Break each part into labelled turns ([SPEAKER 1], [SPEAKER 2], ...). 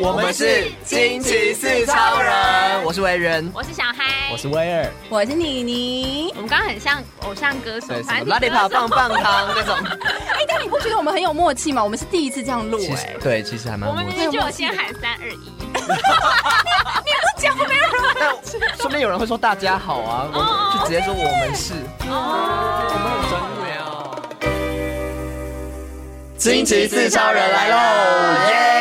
[SPEAKER 1] 我们是惊奇四超人，我是维人，
[SPEAKER 2] 我是小嗨，
[SPEAKER 3] 我是威尔，
[SPEAKER 4] 我是妮妮
[SPEAKER 2] 我。们刚刚很像偶像歌手
[SPEAKER 1] 对，，什
[SPEAKER 2] 反
[SPEAKER 1] 么
[SPEAKER 2] 正
[SPEAKER 1] 拉力跑棒棒糖那种，
[SPEAKER 4] 哎、但你不觉得我们很有默契吗？我们是第一次这样录、
[SPEAKER 1] 其
[SPEAKER 4] 哎
[SPEAKER 1] 实，对，其实还蛮
[SPEAKER 2] 我们
[SPEAKER 1] 默
[SPEAKER 2] 明
[SPEAKER 1] 契。
[SPEAKER 2] 明就有先喊三二一，
[SPEAKER 1] 但说不定有人会说大家好啊，
[SPEAKER 3] 哦
[SPEAKER 1] 我们就直接说我们是，
[SPEAKER 2] 哦
[SPEAKER 1] 我们很专业哦。惊奇四超人来喽！耶！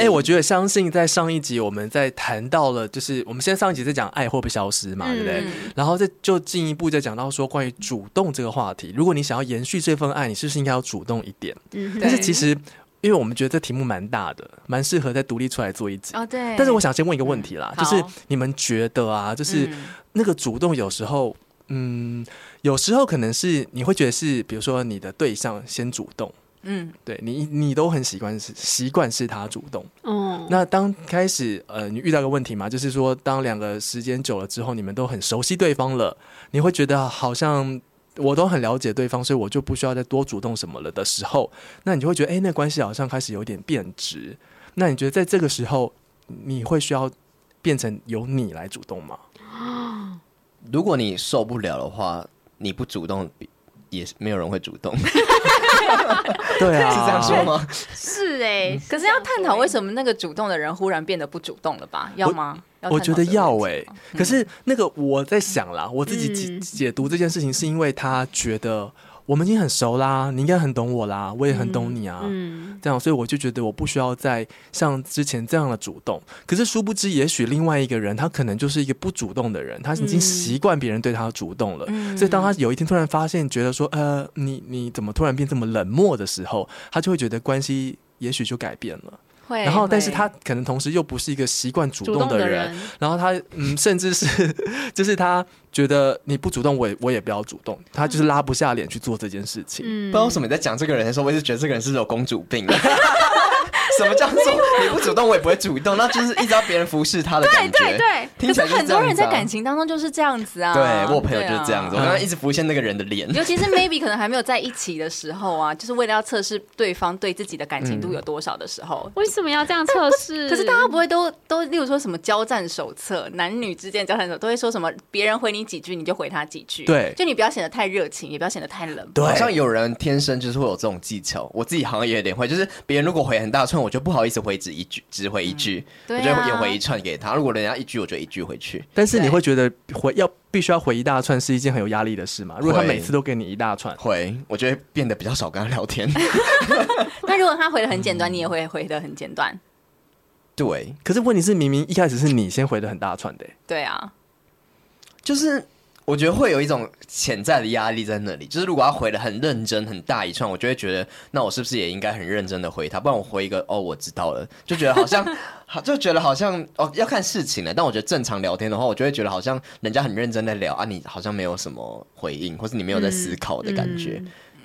[SPEAKER 5] 哎、我觉得相信在上一集我们在谈到了，就是我们现在上一集在讲爱会不会消失嘛，对不对？然后再就进一步再讲到说关于主动这个话题，如果你想要延续这份爱，你是不是应该要主动一点？
[SPEAKER 2] 嗯，
[SPEAKER 5] 但是其实，因为我们觉得这题目蛮大的，蛮适合再独立出来做一集。
[SPEAKER 2] 哦对，
[SPEAKER 5] 但是我想先问一个问题啦，
[SPEAKER 2] 嗯
[SPEAKER 5] 就是
[SPEAKER 2] 好
[SPEAKER 5] 你们觉得啊，就是那个主动有时候，嗯，有时候可能是你会觉得是，比如说你的对象先主动，
[SPEAKER 4] 嗯，
[SPEAKER 5] 对你你都很习惯是习惯是他主动。
[SPEAKER 2] 嗯，
[SPEAKER 5] 那当开始呃，你遇到一个问题嘛，就是说当两个时间久了之后，你们都很熟悉对方了，你会觉得好像。我都很了解对方，所以我就不需要再多主动什么了的时候，那你就会觉得，哎、那关系好像开始有点变质。那你觉得在这个时候，你会需要变成由你来主动吗？
[SPEAKER 3] 如果你受不了的话，你不主动，也是没有人会主
[SPEAKER 1] 哦
[SPEAKER 3] 动，是
[SPEAKER 5] 对啊，
[SPEAKER 3] 这样说吗？
[SPEAKER 2] 是哎，
[SPEAKER 4] 可是要探讨为什么那个主动的人忽然变得不主动了吧？要吗？要
[SPEAKER 5] 我
[SPEAKER 4] 探
[SPEAKER 5] 觉
[SPEAKER 4] 讨
[SPEAKER 5] 得
[SPEAKER 4] 这个
[SPEAKER 5] 要
[SPEAKER 4] 问
[SPEAKER 5] 哎、
[SPEAKER 4] 题哦吗
[SPEAKER 5] 可是那个我在想啦，我自己解
[SPEAKER 2] 嗯
[SPEAKER 5] 解读这件事情，是因为他觉得我们已经很熟啦，你应该很懂我啦，我也很懂你啊，
[SPEAKER 2] 嗯，
[SPEAKER 5] 这样，所以我就觉得我不需要再像之前这样的主动。可是殊不知，也许另外一个人他可能就是一个不主动的人，他已经习惯别人对他主动了，所以当他有一天突然发现，觉得说，呃，你你怎么突然变这么冷漠的时候，他就会觉得关系也许就改变了。
[SPEAKER 4] 会，
[SPEAKER 5] 然后，但是
[SPEAKER 4] 会
[SPEAKER 5] 他可能同时又不是一个习惯主动的人，
[SPEAKER 2] 人
[SPEAKER 5] 然后他嗯，甚至是 就是他觉得你不主动，我也我也不要主动，他就是拉不下脸去做这件事情。
[SPEAKER 2] 嗯
[SPEAKER 3] 不知道为什么你在讲这个人的时候，我一直觉得这个人是不是有公主病。啊 什么叫做你不主动，我也不会主动？那就是一直要别人服侍他的感
[SPEAKER 4] 对
[SPEAKER 3] 觉。
[SPEAKER 4] 对对，
[SPEAKER 3] 听起来
[SPEAKER 4] 可是
[SPEAKER 3] 就是
[SPEAKER 4] 很
[SPEAKER 3] 这样
[SPEAKER 4] 多人在
[SPEAKER 3] 子啊
[SPEAKER 4] 感情当中就是这样子啊。
[SPEAKER 3] 对我有朋友就是这样子，我
[SPEAKER 4] 对啊
[SPEAKER 3] 刚刚一直浮现那个人的脸。
[SPEAKER 4] 尤其是 maybe 可能还没有在一起的时候啊，就是为了要测试对方对自己的感情度有多少的时候，
[SPEAKER 2] 为什么要这样测试？
[SPEAKER 4] 可是大
[SPEAKER 3] 嗯
[SPEAKER 4] 家不会都都，例如说什么交战手册，男女之间交战手册都会说什么，别人回你几句你就回他几句，
[SPEAKER 5] 对
[SPEAKER 4] 就你不要显得太热情，也不要显得太冷。
[SPEAKER 5] 对
[SPEAKER 3] 好像有人天生就是会有这种技巧，我自己好像也有点会，就是别人如果回很大串，我就不好意思回只一句，只回一句，
[SPEAKER 4] 对啊
[SPEAKER 3] 我就也回一串给他。如果人家一句，我就一句回去。
[SPEAKER 5] 但是你
[SPEAKER 4] 对
[SPEAKER 5] 会觉得回要必须要回一大串是一件很有压力的事嘛？如果他
[SPEAKER 3] 会
[SPEAKER 5] 每次都给你一大串，
[SPEAKER 3] 回，我就会变得比较少跟他聊天。
[SPEAKER 4] 那如果他回的很简
[SPEAKER 3] 嗯
[SPEAKER 4] 短，你也会回的很简短，
[SPEAKER 3] 对，
[SPEAKER 5] 可是问题是明明一开始是你先回的很大串的欸、
[SPEAKER 4] 对啊，
[SPEAKER 3] 就是我觉得会有一种潜在的压力在那里，就是如果他回的很认真、很大一串，我就会觉得，那我是不是也应该很认真的回他？不然我回一个哦，我知道了，就觉得好像， 好就觉得好像哦，要看事情了。但我觉得正常聊天的话，我就会觉得好像人家很认真在聊啊，你好像没有什么回应，或是你没有在思考的感觉。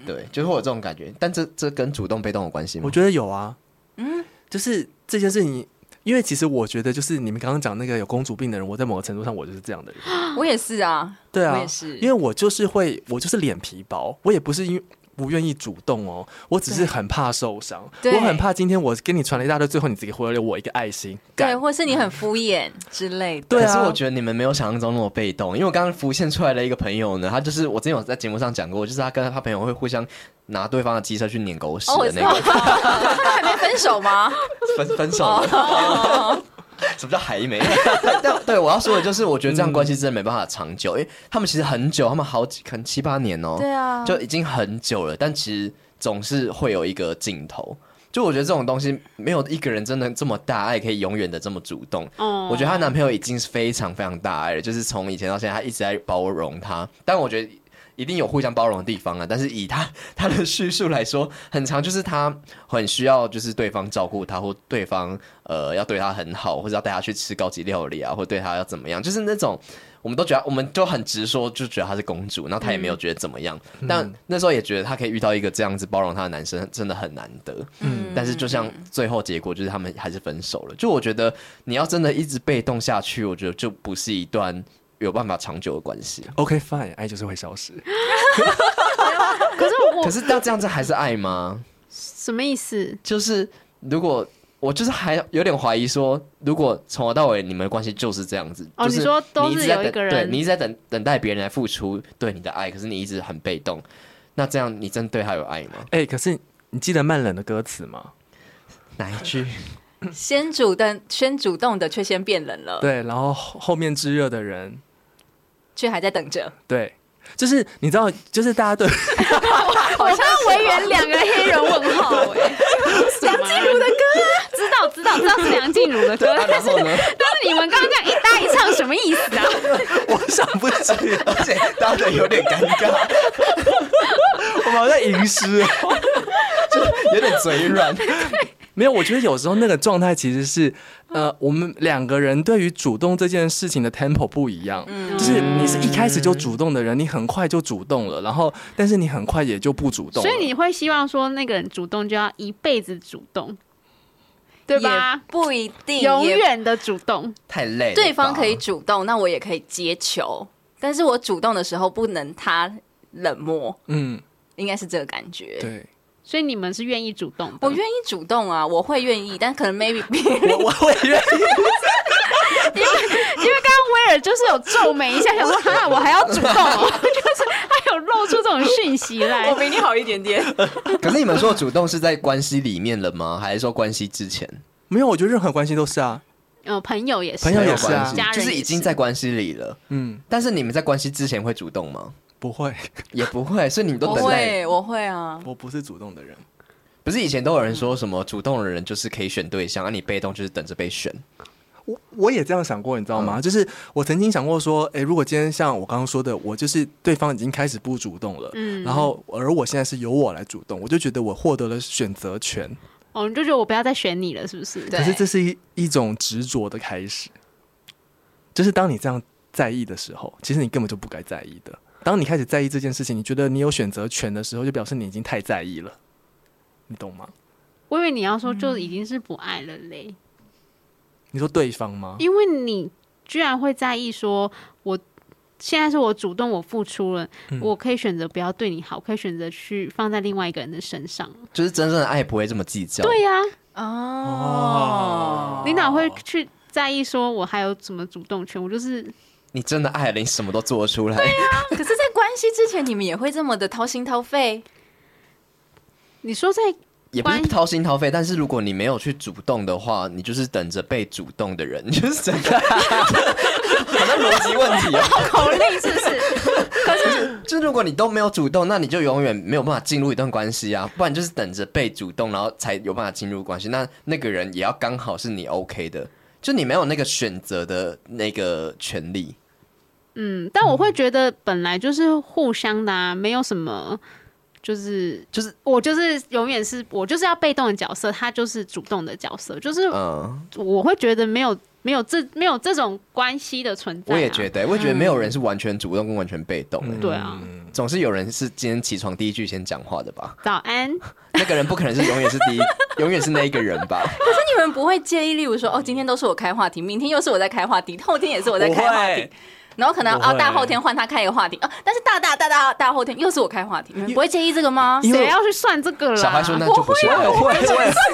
[SPEAKER 3] 对，就是会有这种感觉，但这这跟主动被动有关系吗？
[SPEAKER 5] 我觉得有啊，嗯，就是这件事情。因为其实我觉得，就是你们刚刚讲那个有公主病的人，我在某个程度上我就是这样的人。
[SPEAKER 4] 我也是啊，
[SPEAKER 5] 对啊，
[SPEAKER 4] 我也是
[SPEAKER 5] 因为我就是会，我就是脸皮薄，我也不是因为不愿意主动哦，我只是很怕受伤，
[SPEAKER 4] 对
[SPEAKER 5] 我很怕今天我跟你传了一大堆，最后你只给回了我一个爱心，
[SPEAKER 4] 对，
[SPEAKER 5] 干
[SPEAKER 4] 或是你
[SPEAKER 3] 嗯
[SPEAKER 4] 很敷衍之类的，
[SPEAKER 5] 对
[SPEAKER 3] 可是
[SPEAKER 5] 啊
[SPEAKER 3] 我觉得你们没有想象中那么被动，因为我刚刚浮现出来的一个朋友呢，他就是我之前有在节目上讲过，就是他跟他朋友会互相拿对方的机车去撵狗屎
[SPEAKER 4] 哦，我
[SPEAKER 3] 的
[SPEAKER 4] 知
[SPEAKER 3] 那
[SPEAKER 4] 道，
[SPEAKER 3] 个、
[SPEAKER 4] 他还没分手吗？
[SPEAKER 3] 分分手了。
[SPEAKER 4] 哦
[SPEAKER 3] 什么叫还没？但 对我要说的就是，我觉得这样关系真的没办法长久，因为他们其实很久，他们好几可能七八年哦、
[SPEAKER 4] 对啊，
[SPEAKER 3] 就已经很久了，但其实总是会有一个尽头。就我觉得这种东西，没有一个人真的这么大爱，可以永远的这么主动。
[SPEAKER 2] 哦
[SPEAKER 3] 我觉得她男朋友已经是非常非常大爱了，就是从以前到现在，她一直在包容她。但我觉得一定有互相包容的地方啊。但是以她她的叙述来说，很长就是她很需要就是对方照顾她，或对方呃要对她很好，或者要带她去吃高级料理啊，或对她要怎么样，就是那种。我们都觉得，我们就很直说，就觉得她是公主，然后她也没有觉得怎么样。但那时候也觉得她可以遇到一个这样子包容她的男生，真的很难得。嗯，但是就像最后结果，就是他们还是分手了。就我觉得，你要真的一直被动下去，我觉得就不是一段有办法长久的关系。
[SPEAKER 5] OK fine，爱就是会消失。
[SPEAKER 2] 可是我
[SPEAKER 3] 可是那这样子还是爱吗？
[SPEAKER 2] 什么意思？
[SPEAKER 3] 就是如果我就是还有点怀疑说，如果从头到尾你们的关系就是这样子，
[SPEAKER 2] 哦
[SPEAKER 3] 就是
[SPEAKER 2] 你说都
[SPEAKER 3] 你
[SPEAKER 2] 是
[SPEAKER 3] 直在
[SPEAKER 2] 有一
[SPEAKER 3] 等
[SPEAKER 2] 个
[SPEAKER 3] 对
[SPEAKER 2] 人
[SPEAKER 3] 你一直在等等待别人来付出对你的爱，可是你一直很被动，那这样你真对他有爱吗？
[SPEAKER 5] 哎、可是你记得慢冷的歌词吗？
[SPEAKER 3] 哪一句？
[SPEAKER 4] 先主动，先主动的却先变冷了，
[SPEAKER 5] 对，然后后后面炙热的人，
[SPEAKER 4] 却还在等着。
[SPEAKER 5] 对，就是你知道，就是大家对
[SPEAKER 2] 好像维园两个黑人问 号哎，梁静茹的歌，知道知道知道是梁静茹的歌，
[SPEAKER 3] 啊然
[SPEAKER 2] 但是
[SPEAKER 3] 后呢？
[SPEAKER 2] 但是你们刚刚这样一搭一唱什么意思啊？
[SPEAKER 5] 我 想不起，
[SPEAKER 3] 而且搭的有点尴尬，
[SPEAKER 5] 我们好像吟诗哦。
[SPEAKER 3] 有点嘴软。
[SPEAKER 5] 没有，我觉得有时候那个状态其实是，呃，我们两个人对于主动这件事情的 tempo 不一样。
[SPEAKER 4] 嗯
[SPEAKER 5] 就是你是一开始就主动的人，你很快就主动了，然后但是你很快也就不主动了。
[SPEAKER 2] 所以你会希望说那个人主动就要一辈子主动，对吧？？
[SPEAKER 4] 不一定，
[SPEAKER 2] 永
[SPEAKER 4] 也
[SPEAKER 2] 远的主动，
[SPEAKER 3] 太累了吧，
[SPEAKER 4] 对方可以主动，那我也可以接球，但是我主动的时候不能他冷漠，
[SPEAKER 5] 嗯，
[SPEAKER 4] 应该是这个感觉。
[SPEAKER 5] 对，
[SPEAKER 2] 所以你们是愿意主动的。
[SPEAKER 4] 我愿意主动啊，我会愿意，但可能 maybe
[SPEAKER 5] 我我会愿意，
[SPEAKER 2] 因为刚刚威尔就是有皱眉一下，想说哈，我还要主动、哦，就是他有露出这种讯息来
[SPEAKER 4] 我。比你好一点点。
[SPEAKER 3] 可是你们说的主动是在关系里面了吗？还是说关系之前？
[SPEAKER 5] 没有，我觉得任何关系都是啊，
[SPEAKER 2] 嗯、朋友也是，
[SPEAKER 5] 朋友也是啊
[SPEAKER 3] 没有关系
[SPEAKER 2] 家人
[SPEAKER 3] 就
[SPEAKER 2] 也是
[SPEAKER 3] 哎是已经在关系里了。
[SPEAKER 5] 嗯，
[SPEAKER 3] 但是你们在关系之前会主动吗？
[SPEAKER 5] 不会，
[SPEAKER 3] 也不会，所以你们
[SPEAKER 4] 我
[SPEAKER 3] 都等待。
[SPEAKER 4] 会，我会啊，
[SPEAKER 5] 我不是主动的人。
[SPEAKER 3] 不是以前都有人说什么主动的人就是可以选对象，而、啊你被动就是等着被选。
[SPEAKER 5] 我我也这样想过，你知道吗？就是我曾经想过说，诶，如果今天像我刚刚说的，我就是对方已经开始不主动了，
[SPEAKER 2] 嗯
[SPEAKER 5] 然后而我现在是由我来主动，我就觉得我获得了选择权。
[SPEAKER 2] 哦，你就觉得我不要再选你了，是不是？
[SPEAKER 4] 对
[SPEAKER 5] 可是这是一一种执着的开始，就是当你这样在意的时候，其实你根本就不该在意的。当你开始在意这件事情，你觉得你有选择权的时候，就表示你已经太在意了，你懂吗？
[SPEAKER 2] 我以为你要说就已经是不爱了嘞，
[SPEAKER 5] 你说对方吗？
[SPEAKER 2] 因为你居然会在意说我。现在是我主动，我付出了，我可以选择不要对你好，可以选择去放在另外一个人的身上。
[SPEAKER 3] 就是真正的爱不会这么计较。
[SPEAKER 2] 对呀、
[SPEAKER 4] 啊哦，
[SPEAKER 2] 你哪会去在意说我还有什么主动权？我就是
[SPEAKER 3] 你真的爱了，你什么都做得出来。
[SPEAKER 4] 可是，在关系之前，你们也会这么的掏心掏肺，
[SPEAKER 2] 你说在
[SPEAKER 3] 也不是
[SPEAKER 2] 关
[SPEAKER 3] 掏心掏肺，但是如果你没有去主动的话，你就是等着被主动的人， 你就是真 的，好像逻辑问题哦。
[SPEAKER 2] 口令是 不是？
[SPEAKER 3] 就如果你都没有主动，那你就永远没有办法进入一段关系啊，不然就是等着被主动，然后才有办法进入关系。那那个人也要刚好是你 OK 的，就你没有那个选择的那个权利。
[SPEAKER 2] 嗯，但我会觉得本来就是互相的啊，没有什么。就是
[SPEAKER 3] 就是
[SPEAKER 2] 我就是永远是我就是要被动的角色，他就是主动的角色，就是
[SPEAKER 3] 嗯，
[SPEAKER 2] 我会觉得没有没有这没有这种关系的存在、
[SPEAKER 3] 我
[SPEAKER 2] 啊。
[SPEAKER 3] 也觉得，我也觉得没有人是完全主动跟完全被动、欸
[SPEAKER 2] 对啊，
[SPEAKER 3] 总是有人是今天起床第一句先讲话的吧？
[SPEAKER 2] 早安，
[SPEAKER 3] 那个人不可能是永远是 第一，永远是那一个人吧？
[SPEAKER 4] 可是你们不会介意，例如说，哦，今天都是我开话题，明天又是我在开话题，后天也是我在开话 题
[SPEAKER 5] 会，
[SPEAKER 4] 然后可能
[SPEAKER 5] 我会
[SPEAKER 4] 哦，大后天换他开一个话题，哦，但是大大大大大后天又是我开话题，你们不会介意这个吗？
[SPEAKER 5] 因为
[SPEAKER 2] 谁要去算这个啦？
[SPEAKER 3] 小孩说那就不是
[SPEAKER 5] 我会，我也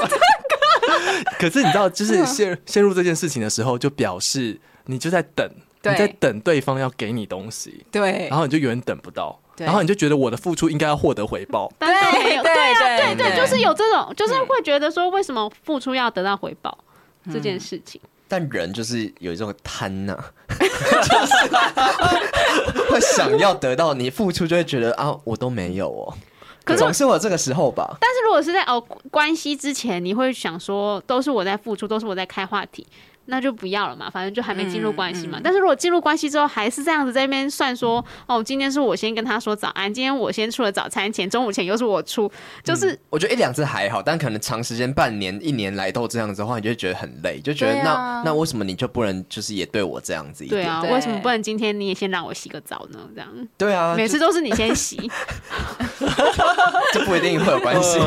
[SPEAKER 5] 嗯可是你知道，就是陷陷入这件事情的时候，就表示你就在等，你
[SPEAKER 4] 对
[SPEAKER 5] 在等对方要给你东西，
[SPEAKER 4] 对
[SPEAKER 5] 然后你就永远等不到，
[SPEAKER 4] 对
[SPEAKER 5] 然后你就觉得我的付出应该要获得回报。
[SPEAKER 2] 但是没有
[SPEAKER 4] 对
[SPEAKER 2] 对啊
[SPEAKER 4] 对
[SPEAKER 2] 对对，
[SPEAKER 4] 对
[SPEAKER 2] 就是有这种，就是会觉得说为什么付出要得到回报、
[SPEAKER 3] 嗯
[SPEAKER 2] 这件事情。
[SPEAKER 3] 但人就是有一种贪呐、 就是会想要得到你付出，就会觉得啊，我都没有哦。
[SPEAKER 2] 可是
[SPEAKER 3] 总是我这个时候吧，
[SPEAKER 2] 但是如果是在哦关系之前，你会想说都是我在付出，都是我在开话题，那就不要了嘛，反正就还没进入关系嘛。但是如果进入关系之后，还是这样子在那边算说，哦，今天是我先跟他说早安，今天我先出了早餐钱，中午钱又是我出，就是、
[SPEAKER 3] 我觉得一两次还好，但可能长时间半年、一年来都这样子的话，你就会觉得很累，就觉得
[SPEAKER 4] 对啊
[SPEAKER 3] 那、那为什么你就不能就是也对我这样子一点？
[SPEAKER 2] 对啊，
[SPEAKER 4] 对
[SPEAKER 2] 为什么不能今天你也先让我洗个澡呢？这样
[SPEAKER 3] 对啊，
[SPEAKER 2] 每次都是你先洗，
[SPEAKER 3] 嗯这不一定会有关系。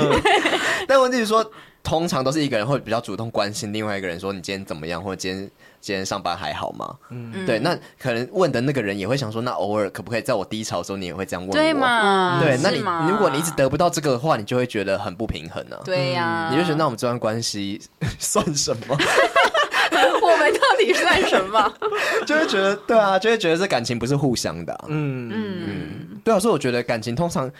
[SPEAKER 3] 但问题是说，通常都是一个人会比较主动关心另外一个人，说你今天怎么样，或者今天今天上班还好吗？
[SPEAKER 4] 嗯
[SPEAKER 3] 对，那可能问的那个人也会想说，那偶尔可不可以在我低潮的时候，你也会这样问我？
[SPEAKER 4] 对？嘛？
[SPEAKER 3] 对，那
[SPEAKER 4] 是嘛
[SPEAKER 3] 你如果你一直得不到这个的话，你就会觉得很不平衡呢、啊。
[SPEAKER 4] 对呀，
[SPEAKER 3] 你就觉得那我们这段关系 算什么？
[SPEAKER 4] 我们到底算什么？
[SPEAKER 3] 就会觉得对啊，就会觉得这感情不是互相的啊、
[SPEAKER 5] 嗯，
[SPEAKER 2] 嗯，
[SPEAKER 3] 对啊，所以我觉得感情通常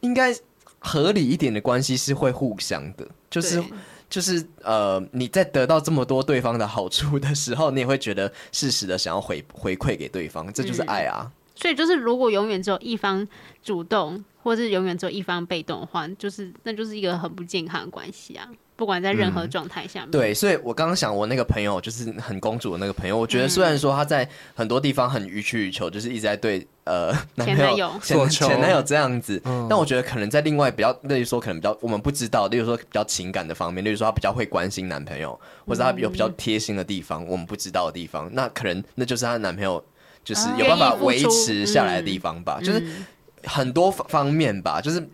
[SPEAKER 3] 应该合理一点的关系是会互相的，就是
[SPEAKER 4] 对
[SPEAKER 3] 就是呃，你在得到这么多对方的好处的时候，你也会觉得适时的想要回回馈给对方，这就是爱啊。
[SPEAKER 2] 所以就是如果永远只有一方主动，或是永远只有一方被动的话，就是那就是一个很不健康的关系啊。不管在任何状态下面，
[SPEAKER 3] 对，所以我刚刚想，我那个朋友就是很公主的那个朋友，我觉
[SPEAKER 2] 嗯
[SPEAKER 3] 得虽然说她在很多地方很予取予求，就是一直在对呃男
[SPEAKER 2] 前
[SPEAKER 3] 朋
[SPEAKER 2] 男
[SPEAKER 3] 友
[SPEAKER 2] 友
[SPEAKER 3] 前
[SPEAKER 5] 索求
[SPEAKER 3] 前男友这样子，
[SPEAKER 5] 嗯
[SPEAKER 3] 但我觉得可能在另外比较，例如说可能比较我们不知道，例如说比较情感的方面，例如说她比较会关心男朋友，或者她有
[SPEAKER 2] 嗯
[SPEAKER 3] 比较贴心的地方，我们不知道的地方，那可能那就是她的男朋友
[SPEAKER 2] 哦
[SPEAKER 3] 就是有办法维持下来的地方吧，就是
[SPEAKER 2] 嗯
[SPEAKER 3] 很多方方面吧，就是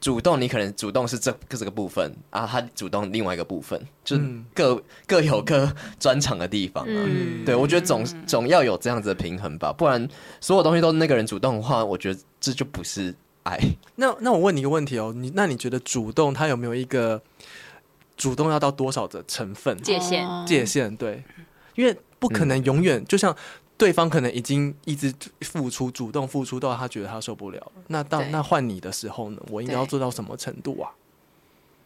[SPEAKER 3] 主动，你可能主动是这这个部分啊，他主动另外一个部分，就是
[SPEAKER 5] 嗯
[SPEAKER 3] 各、各有各专长的地方啊。
[SPEAKER 2] 嗯
[SPEAKER 3] 对，我觉得总总要有这样子的平衡吧，不然所有东西都那个人主动的话，我觉得这就不是爱。
[SPEAKER 5] 那那我问你一个问题哦，你那你觉得主动它有没有一个主动要到多少的成分
[SPEAKER 4] 界限
[SPEAKER 2] 哦
[SPEAKER 5] 界限？对，因为不可
[SPEAKER 3] 嗯
[SPEAKER 5] 能永远、就像。对方可能已经一直付出，主动付出到他觉得他受不了了。那到
[SPEAKER 4] 对
[SPEAKER 5] 那换你的时候呢？我应该要
[SPEAKER 4] 对
[SPEAKER 5] 做到什么程度啊？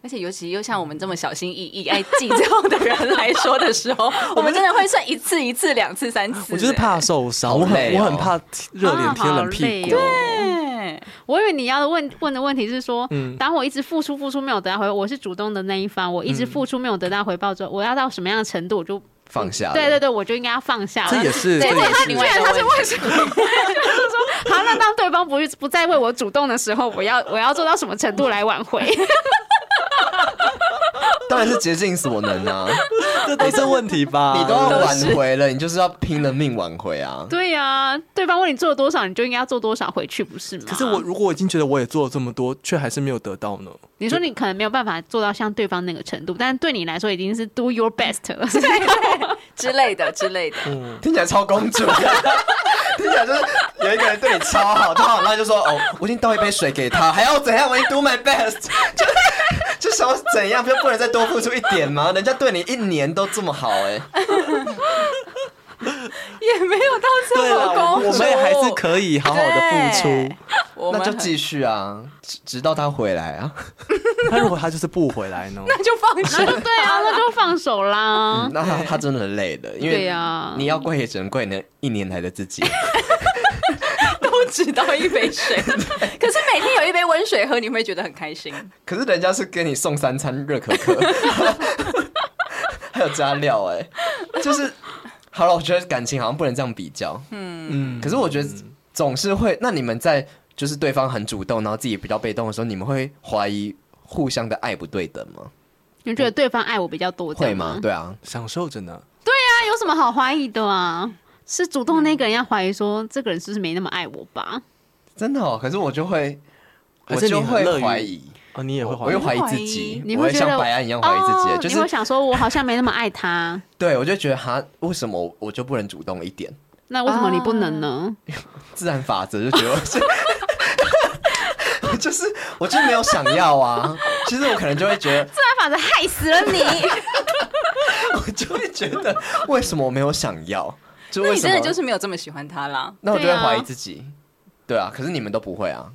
[SPEAKER 4] 而且尤其又像我们这么小心翼翼、爱计较的人来说的时候，我们真的会算一次、一次、两次、三次。
[SPEAKER 5] 我就是怕受伤，我
[SPEAKER 3] 好累哦
[SPEAKER 5] 很我很怕热脸贴冷屁股。
[SPEAKER 2] 啊
[SPEAKER 4] 哎，
[SPEAKER 2] 我以为你要的问问的问题是说，
[SPEAKER 5] 嗯
[SPEAKER 2] 当我一直付出付出没有得到回报，我是主动的那一方，我一直付出没有得到回报之后，我要到什么样的程度，我就
[SPEAKER 3] 放下了
[SPEAKER 2] 对对对，我就应该要放下了。
[SPEAKER 5] 这也是
[SPEAKER 4] 对
[SPEAKER 5] 这也
[SPEAKER 4] 他
[SPEAKER 5] 是
[SPEAKER 4] 另外一个问题，
[SPEAKER 2] 好，那当对方不是不再为我主动的时候，我要我要做到什么程度来挽 回？
[SPEAKER 3] 当然是竭尽所能 啊，
[SPEAKER 5] 这都是问题吧？
[SPEAKER 3] 你都要
[SPEAKER 4] 都
[SPEAKER 3] 挽
[SPEAKER 4] 是
[SPEAKER 3] 回了，你就是要拼了命挽回啊。
[SPEAKER 2] 对呀、对方为你做了多少，你就应该要做多少回去，不是吗？
[SPEAKER 5] 可是我，如果我已经觉得我也做了这么多，却还是没有得到呢？
[SPEAKER 2] 你说你可能没有办法做到像对方那个程度，但是对你来说已经是 do your best 了。
[SPEAKER 4] 之类的之类的。
[SPEAKER 3] 听起来超公主， 听起来就是有一个人对你超好，超好，然后就说哦，我已经倒一杯水给他，还要怎样？我已经 do my best，就就想要怎样，就不能再多付出一点吗？人家对你一年都这么好、哎，
[SPEAKER 4] 也没有到这
[SPEAKER 5] 啦
[SPEAKER 3] 啊
[SPEAKER 4] 么公主，
[SPEAKER 5] 啊我们也还是
[SPEAKER 3] 哦
[SPEAKER 5] 可以好好的付出
[SPEAKER 4] 对。我们
[SPEAKER 3] 那就
[SPEAKER 4] 很
[SPEAKER 3] 继续啊，直直到他回来啊。
[SPEAKER 5] 那如果他就是不回来 呢？
[SPEAKER 4] 那就放
[SPEAKER 2] 那就
[SPEAKER 4] 手。
[SPEAKER 2] 对啊，那就放手
[SPEAKER 5] 嗯
[SPEAKER 2] 啦。
[SPEAKER 3] 那他他真的很累的，因
[SPEAKER 2] 对
[SPEAKER 3] 为
[SPEAKER 2] 呀、
[SPEAKER 4] 啊
[SPEAKER 3] 你要怪也只能怪那一年来的自己。
[SPEAKER 4] 都只到一杯水，可是每天有一杯温水喝，你会觉得很开心。
[SPEAKER 3] 可是人家是给你送三餐热可 可，还有加料、哎，就是好了，我觉得感情好像不能这样比较。
[SPEAKER 5] 嗯，
[SPEAKER 3] 可是我觉得总是会，那你们在就是对方很主动，然后自己比较被动的时候，你们会怀疑互相的爱不对等吗？
[SPEAKER 2] 你觉得对方爱我比较多，这
[SPEAKER 3] 会
[SPEAKER 2] 样
[SPEAKER 3] 吗？？对啊，
[SPEAKER 5] 享受着呢。
[SPEAKER 2] 那有什么好怀疑的啊？是主动那个人要怀疑说，这个人是不是没那么爱我吧？
[SPEAKER 3] 真的哦。可是我就会，
[SPEAKER 5] 还
[SPEAKER 3] 我
[SPEAKER 5] 是你
[SPEAKER 3] 就
[SPEAKER 5] 很乐
[SPEAKER 3] 会
[SPEAKER 5] 于
[SPEAKER 3] 怀疑，
[SPEAKER 5] 哦，你也会
[SPEAKER 3] 我
[SPEAKER 5] 怀
[SPEAKER 3] 会
[SPEAKER 5] 疑？
[SPEAKER 3] 怀疑自
[SPEAKER 4] 怀疑
[SPEAKER 3] 己，嗯
[SPEAKER 2] 你
[SPEAKER 3] 我
[SPEAKER 2] 会
[SPEAKER 3] 会
[SPEAKER 2] 觉得
[SPEAKER 3] 像白安一样怀疑自己，
[SPEAKER 2] 哦
[SPEAKER 3] 就
[SPEAKER 2] 你会
[SPEAKER 3] 是
[SPEAKER 2] 想说，我好像没那么爱他，
[SPEAKER 3] 对我就觉得哈，为什么我就不能主动一点？
[SPEAKER 2] 那为什么你不能呢？
[SPEAKER 3] 啊自然法则就觉得我是。 就是我就是没有想要啊，其实我可能就会觉得，
[SPEAKER 2] 办法子害死了你。
[SPEAKER 3] 我就会觉得为什么我没有想要？就
[SPEAKER 4] 那
[SPEAKER 3] 为
[SPEAKER 4] 你
[SPEAKER 3] 什
[SPEAKER 4] 真
[SPEAKER 3] 么
[SPEAKER 4] 的就是没有这么喜欢他啦。
[SPEAKER 3] 那我就会
[SPEAKER 2] 对啊
[SPEAKER 3] 怀疑自己。对啊，可是你们都不会啊，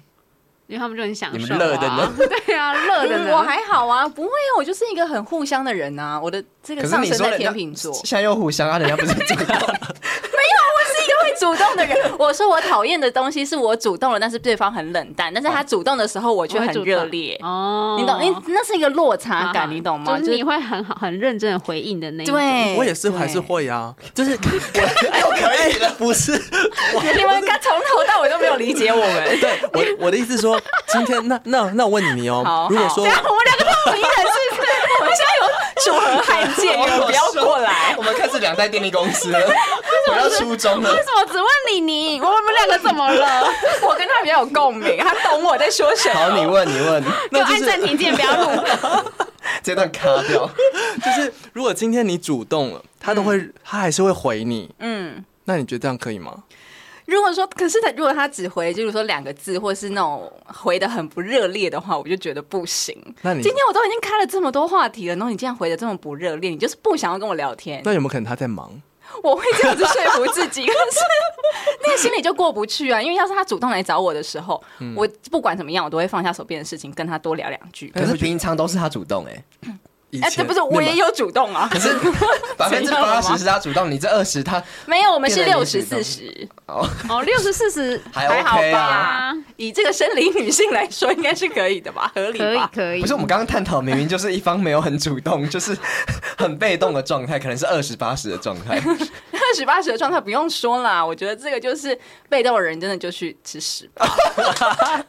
[SPEAKER 2] 因为他们就很享受、啊。
[SPEAKER 3] 你们乐的呢？
[SPEAKER 2] 对啊，乐的呢。
[SPEAKER 4] 我还好啊，不会啊，我就是一个很互相的人啊。我的这
[SPEAKER 3] 可
[SPEAKER 4] 个
[SPEAKER 3] 是
[SPEAKER 4] 上
[SPEAKER 3] 你
[SPEAKER 4] 升
[SPEAKER 3] 说
[SPEAKER 4] 在
[SPEAKER 3] 人家
[SPEAKER 4] 天秤座，
[SPEAKER 3] 现在又互相啊，人家不是主动，
[SPEAKER 4] 是一个会主动的人。 我说我讨厌的东西是我主动了，但是对方很冷淡，但是他主动的时候我却
[SPEAKER 2] 我会
[SPEAKER 4] 很
[SPEAKER 2] 主动
[SPEAKER 4] 热烈。
[SPEAKER 2] 哦，
[SPEAKER 4] 你懂？你那是一个落差
[SPEAKER 2] 好
[SPEAKER 4] 感，
[SPEAKER 2] 好
[SPEAKER 4] 你懂吗？
[SPEAKER 2] 就是你会很好、很认真的回应的那一种。
[SPEAKER 4] 对，
[SPEAKER 5] 我也是，
[SPEAKER 4] 对
[SPEAKER 5] 还是。 会啊。
[SPEAKER 3] 就是我哎可以了，不是？
[SPEAKER 4] 你们刚从头到尾都没有理解我 们。
[SPEAKER 5] 对，我我的意思是说，今天那那那我问你哦
[SPEAKER 4] 好，
[SPEAKER 5] 如果说
[SPEAKER 4] 好 我们两个都名人是不是？我们现在有楚河汉 界，你们不要过来。
[SPEAKER 3] 我们开始两代电力公司 了，回到初中了
[SPEAKER 2] 为。 什么只问李宁？我们两个怎么了？
[SPEAKER 4] 我跟他比较有共鸣，他懂我在说什么。
[SPEAKER 3] 好，你问，你问，
[SPEAKER 2] 给我
[SPEAKER 5] 那就
[SPEAKER 2] 按
[SPEAKER 5] 是
[SPEAKER 2] 暂停键，不要录。
[SPEAKER 3] 这段卡掉。
[SPEAKER 5] 就是如果今天你主动了，他都会，他还是会回你。
[SPEAKER 4] 嗯。
[SPEAKER 5] 那你觉得这样可以吗？
[SPEAKER 4] 如果说，可是他如果他只回，就是说两个字，或是那种回的很不热烈的话，我就觉得不行。
[SPEAKER 5] 那你
[SPEAKER 4] 今天我都已经开了这么多话题了，然后你竟然回的这么不热烈，你就是不想要跟我聊天。
[SPEAKER 5] 那有没有可能他在忙？
[SPEAKER 4] 我会这样子说服自 己，可是那个心里就过不去啊。因为要是他主动来找我的时候，
[SPEAKER 5] 嗯
[SPEAKER 4] 我不管怎么样，我都会放下手边的事情，跟他多聊两句。
[SPEAKER 3] 可是平常都是他主动 哎、
[SPEAKER 5] 哎以
[SPEAKER 4] 哎，
[SPEAKER 5] 前
[SPEAKER 4] 这不是我也
[SPEAKER 5] 有，
[SPEAKER 4] 有主动啊，
[SPEAKER 3] 可是百分之八十
[SPEAKER 4] 吗哎
[SPEAKER 3] 是他主动，你这二十他
[SPEAKER 4] 没有，我们是
[SPEAKER 3] 变得
[SPEAKER 4] 六
[SPEAKER 3] 你
[SPEAKER 4] 十
[SPEAKER 3] 主动
[SPEAKER 4] 四十。
[SPEAKER 2] 哦，六十四十
[SPEAKER 3] 还
[SPEAKER 4] 还好
[SPEAKER 3] OK 啊。
[SPEAKER 4] 吧以这个生理女性来说，应该是可以的吧，合理
[SPEAKER 2] 可以
[SPEAKER 4] 吧？
[SPEAKER 2] 可以
[SPEAKER 3] 不是，我们刚刚探讨，明明就是一方没有很主动，就是很被动的状态，可能是二十八十的状 态。
[SPEAKER 4] 二十八十的状态不用说啦，我觉得这个就是被动的人真的就去吃屎吧。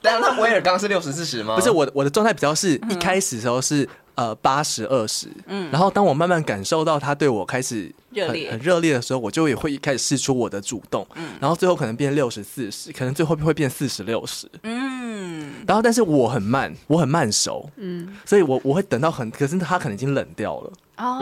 [SPEAKER 3] 但那威尔刚刚是六十四十吗？
[SPEAKER 4] 哦
[SPEAKER 5] 不是我的我的状态比较是
[SPEAKER 4] 嗯
[SPEAKER 5] 一开始的时候是呃八十二十，嗯，然后当我慢慢感受到他对我开始
[SPEAKER 4] 热
[SPEAKER 5] 很
[SPEAKER 4] 烈嗯
[SPEAKER 5] 很热烈的时候，我就也会开始试出我的主动，然后最后可能变六十四十，可能最后会变四十六十，
[SPEAKER 4] 嗯，
[SPEAKER 5] 然后但是我很慢，我很慢熟，
[SPEAKER 2] 嗯
[SPEAKER 5] 所以我我会等到很，可是他可能已经冷掉了。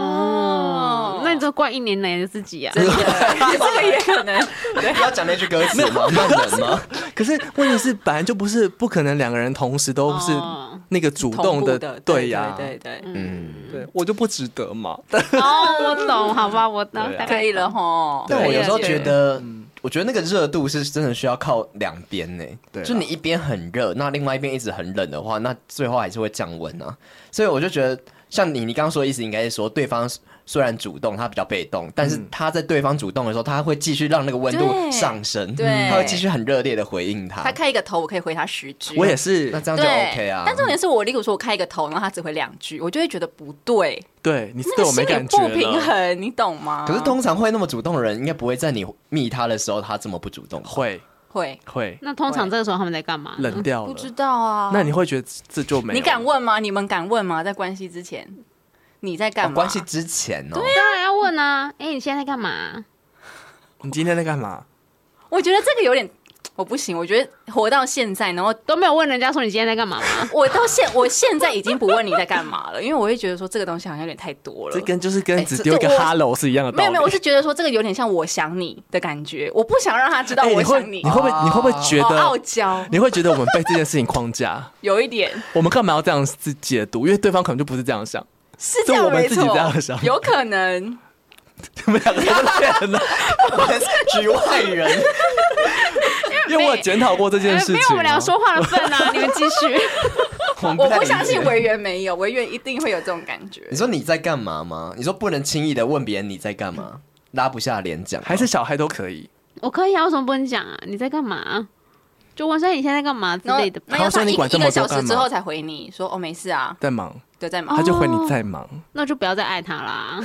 [SPEAKER 4] 哦，
[SPEAKER 2] 那你就怪一年来的自己啊。
[SPEAKER 4] 这个也可能，
[SPEAKER 3] 你要讲那句歌词吗？慢冷吗？
[SPEAKER 5] 可是问题是，本来就不是不可能两个人同时都是
[SPEAKER 2] 哦
[SPEAKER 5] 那个主
[SPEAKER 4] 同
[SPEAKER 5] 动
[SPEAKER 4] 步
[SPEAKER 5] 的，
[SPEAKER 4] 的，
[SPEAKER 5] 对
[SPEAKER 4] 对
[SPEAKER 5] 呀、
[SPEAKER 4] 对对对，
[SPEAKER 3] 嗯，
[SPEAKER 5] 对我就不值得嘛。
[SPEAKER 2] 哦，我懂，好吧，我懂
[SPEAKER 5] 对，啊
[SPEAKER 2] 大概
[SPEAKER 4] 可以了吼。啊
[SPEAKER 3] 但我有时候
[SPEAKER 2] 对
[SPEAKER 3] 觉得，我觉得那个热度是真的需要靠两边呢。
[SPEAKER 5] 对啊
[SPEAKER 3] 就你一边很热，那另外一边一直很冷的话，那最后还是会降温啊。所以我就觉得，像你你刚刚说的意思，应该是说对方虽然主动，他比较被动，但是他在对方主动的时候，他会继续让那个温度
[SPEAKER 4] 对
[SPEAKER 3] 上升，
[SPEAKER 4] 对
[SPEAKER 3] 他会继续很热烈的回应
[SPEAKER 4] 他开一个头，我可以回他十句。
[SPEAKER 5] 我也是
[SPEAKER 3] 那，这样就
[SPEAKER 4] 对
[SPEAKER 3] OK 啊。
[SPEAKER 4] 但重点是我，例如说我开一个头，然后他只回两句，我就会觉得不对，
[SPEAKER 5] 对你是
[SPEAKER 4] 那
[SPEAKER 5] 对
[SPEAKER 4] 个
[SPEAKER 5] 我
[SPEAKER 4] 心
[SPEAKER 5] 没
[SPEAKER 4] 里
[SPEAKER 5] 感觉
[SPEAKER 4] 不平
[SPEAKER 5] 了，
[SPEAKER 4] 衡，你懂吗？
[SPEAKER 3] 可是通常会那么主动的人，应该不会在你密他的时候他这么不主动吧。
[SPEAKER 5] 会
[SPEAKER 4] 会
[SPEAKER 5] 会
[SPEAKER 2] 那通常这个时候他们在干嘛？
[SPEAKER 5] 冷掉
[SPEAKER 4] 嗯不
[SPEAKER 5] 了。
[SPEAKER 4] 知道啊？
[SPEAKER 5] 那你会觉得这就没有
[SPEAKER 4] 你敢问吗？你们敢问吗？在关系之前，你在干
[SPEAKER 3] 哦
[SPEAKER 4] 嘛？
[SPEAKER 3] 关系之前哦，
[SPEAKER 2] 当然要问啊！哎，你现在在干嘛？
[SPEAKER 5] 你今天在干嘛？
[SPEAKER 4] 我觉得这个有点，我不行。我觉得活到现在，然后
[SPEAKER 2] 都没有问人家说你今天在干嘛吗？
[SPEAKER 4] 我到现我现在已经不问你在干嘛了，因为我会觉得说这个东西好像有点太多了。
[SPEAKER 5] 这跟就是跟
[SPEAKER 4] 哎
[SPEAKER 5] 只
[SPEAKER 4] 这
[SPEAKER 5] 丢一个
[SPEAKER 4] 这我
[SPEAKER 5] hello 是一样的道
[SPEAKER 4] 没
[SPEAKER 5] 理。
[SPEAKER 4] 有没有，我是觉得说这个有点像我想你的感觉，我不想让他知道
[SPEAKER 5] 哎
[SPEAKER 4] 我
[SPEAKER 5] 你会
[SPEAKER 4] 想你，哦
[SPEAKER 5] 你会不
[SPEAKER 3] 哦
[SPEAKER 5] 会你会不会觉
[SPEAKER 4] 好傲
[SPEAKER 5] 得
[SPEAKER 4] 娇，
[SPEAKER 5] 你会觉得我们被这件事情框架？
[SPEAKER 4] 有一点
[SPEAKER 5] 我们干嘛要这样子解读？因为对方可能就不是这样想。
[SPEAKER 4] 是
[SPEAKER 5] 这
[SPEAKER 4] 这
[SPEAKER 5] 我
[SPEAKER 4] 样
[SPEAKER 5] 们
[SPEAKER 4] 没
[SPEAKER 5] 自己这样
[SPEAKER 4] 错
[SPEAKER 5] 想，
[SPEAKER 4] 有可能。
[SPEAKER 5] 你们两个都骗 了，
[SPEAKER 3] 我们是 局外人。
[SPEAKER 5] 因为我有检讨过这件事情
[SPEAKER 2] 哎没
[SPEAKER 5] 啊。
[SPEAKER 2] 有我们俩说话的份啊！你们继续。
[SPEAKER 3] 我
[SPEAKER 4] 我
[SPEAKER 3] 太
[SPEAKER 4] 不
[SPEAKER 3] 理解
[SPEAKER 4] 相信维园没有，维园一定会有这种感觉
[SPEAKER 3] 你。说你在干嘛吗？你说不能轻易的问别人你在干嘛，拉不下脸讲吗。哦
[SPEAKER 5] 还是小孩都可以。
[SPEAKER 2] 我可以啊，为什么不能讲啊？你在干嘛？就问说你现在在干嘛之
[SPEAKER 4] 然后
[SPEAKER 2] 类的吧。
[SPEAKER 4] 那要
[SPEAKER 5] 他说
[SPEAKER 4] 他
[SPEAKER 5] 你
[SPEAKER 4] 一
[SPEAKER 5] 管这
[SPEAKER 4] 一
[SPEAKER 5] 么
[SPEAKER 4] 个
[SPEAKER 5] 多
[SPEAKER 4] 小
[SPEAKER 5] 干
[SPEAKER 4] 时
[SPEAKER 5] 嘛
[SPEAKER 4] 之后才回你说哦没事啊，
[SPEAKER 5] 在忙，
[SPEAKER 4] 就在忙
[SPEAKER 5] 他。就回你在忙，
[SPEAKER 4] 哦
[SPEAKER 2] 那就不要再爱他啦。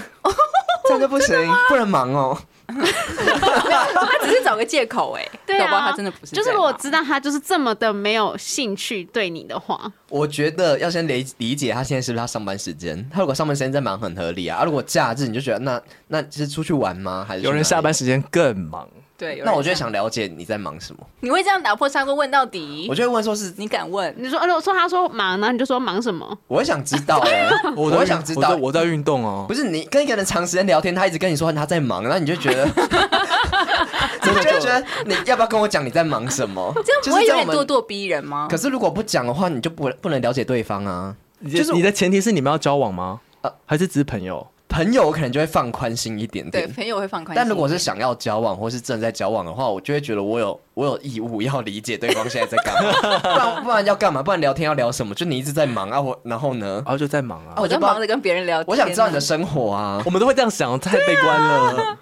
[SPEAKER 3] 这样就不行，不能忙哦。
[SPEAKER 4] 哦他只是找个借口 哎，
[SPEAKER 2] 对
[SPEAKER 4] 搞不好
[SPEAKER 2] 啊，
[SPEAKER 4] 他真的不是在忙。
[SPEAKER 2] 就是如果知道他就是这么的没有兴趣对你的话，
[SPEAKER 3] 我觉得要先理理解他现在是不是他上班时间。他如果上班时间在忙很合理啊，啊如果假日你就觉得那那是出去玩吗？还是去
[SPEAKER 5] 有人
[SPEAKER 3] 哪里
[SPEAKER 5] 下班？时间更忙。
[SPEAKER 4] 对，有
[SPEAKER 3] 那
[SPEAKER 4] 人
[SPEAKER 3] 我就
[SPEAKER 4] 这
[SPEAKER 3] 会
[SPEAKER 4] 样
[SPEAKER 3] 想了解你在忙什么，
[SPEAKER 4] 你会这样打破砂锅问到底？
[SPEAKER 3] 我就会问说是，
[SPEAKER 4] 你敢问？
[SPEAKER 2] 你说，呃，我说他说忙，然后你就说忙什么？
[SPEAKER 3] 我会想知道哎、我
[SPEAKER 5] 在
[SPEAKER 3] 会
[SPEAKER 5] 运
[SPEAKER 3] 想知道
[SPEAKER 5] 我在我在运动哦
[SPEAKER 3] 不。是你跟一个人长时间聊天，他一直跟你说他在忙，那你就觉 得， 真的就会觉得你要不要跟我讲你在忙什么？
[SPEAKER 4] 这样
[SPEAKER 3] 就
[SPEAKER 4] 不会
[SPEAKER 3] 是
[SPEAKER 4] 有
[SPEAKER 3] 在我
[SPEAKER 4] 点
[SPEAKER 3] 们
[SPEAKER 4] 咄咄逼人吗
[SPEAKER 3] 可？是如果不讲的话，你就不不能了解对方啊。
[SPEAKER 5] 就是你的前提是你们要交往吗
[SPEAKER 3] 呃？
[SPEAKER 5] 还是只是朋友？
[SPEAKER 3] 朋友我可能就会放宽心一点
[SPEAKER 4] 对，
[SPEAKER 3] 点，
[SPEAKER 4] 朋友会放宽心。
[SPEAKER 3] 但如果是想要交往或是正在交往的话，我就会觉得我有我有义务要理解对方现在在干嘛，不然不然要干嘛？不然聊天要聊什么？就你一直在忙啊，我然后呢
[SPEAKER 5] 然？后就在忙啊
[SPEAKER 3] 哦。
[SPEAKER 4] 我在
[SPEAKER 3] 我就不知道
[SPEAKER 4] 忙着跟别人聊天啊，
[SPEAKER 3] 我想知道你的生活啊
[SPEAKER 5] 我。们都会这样想，太悲观
[SPEAKER 4] 啊
[SPEAKER 5] 了。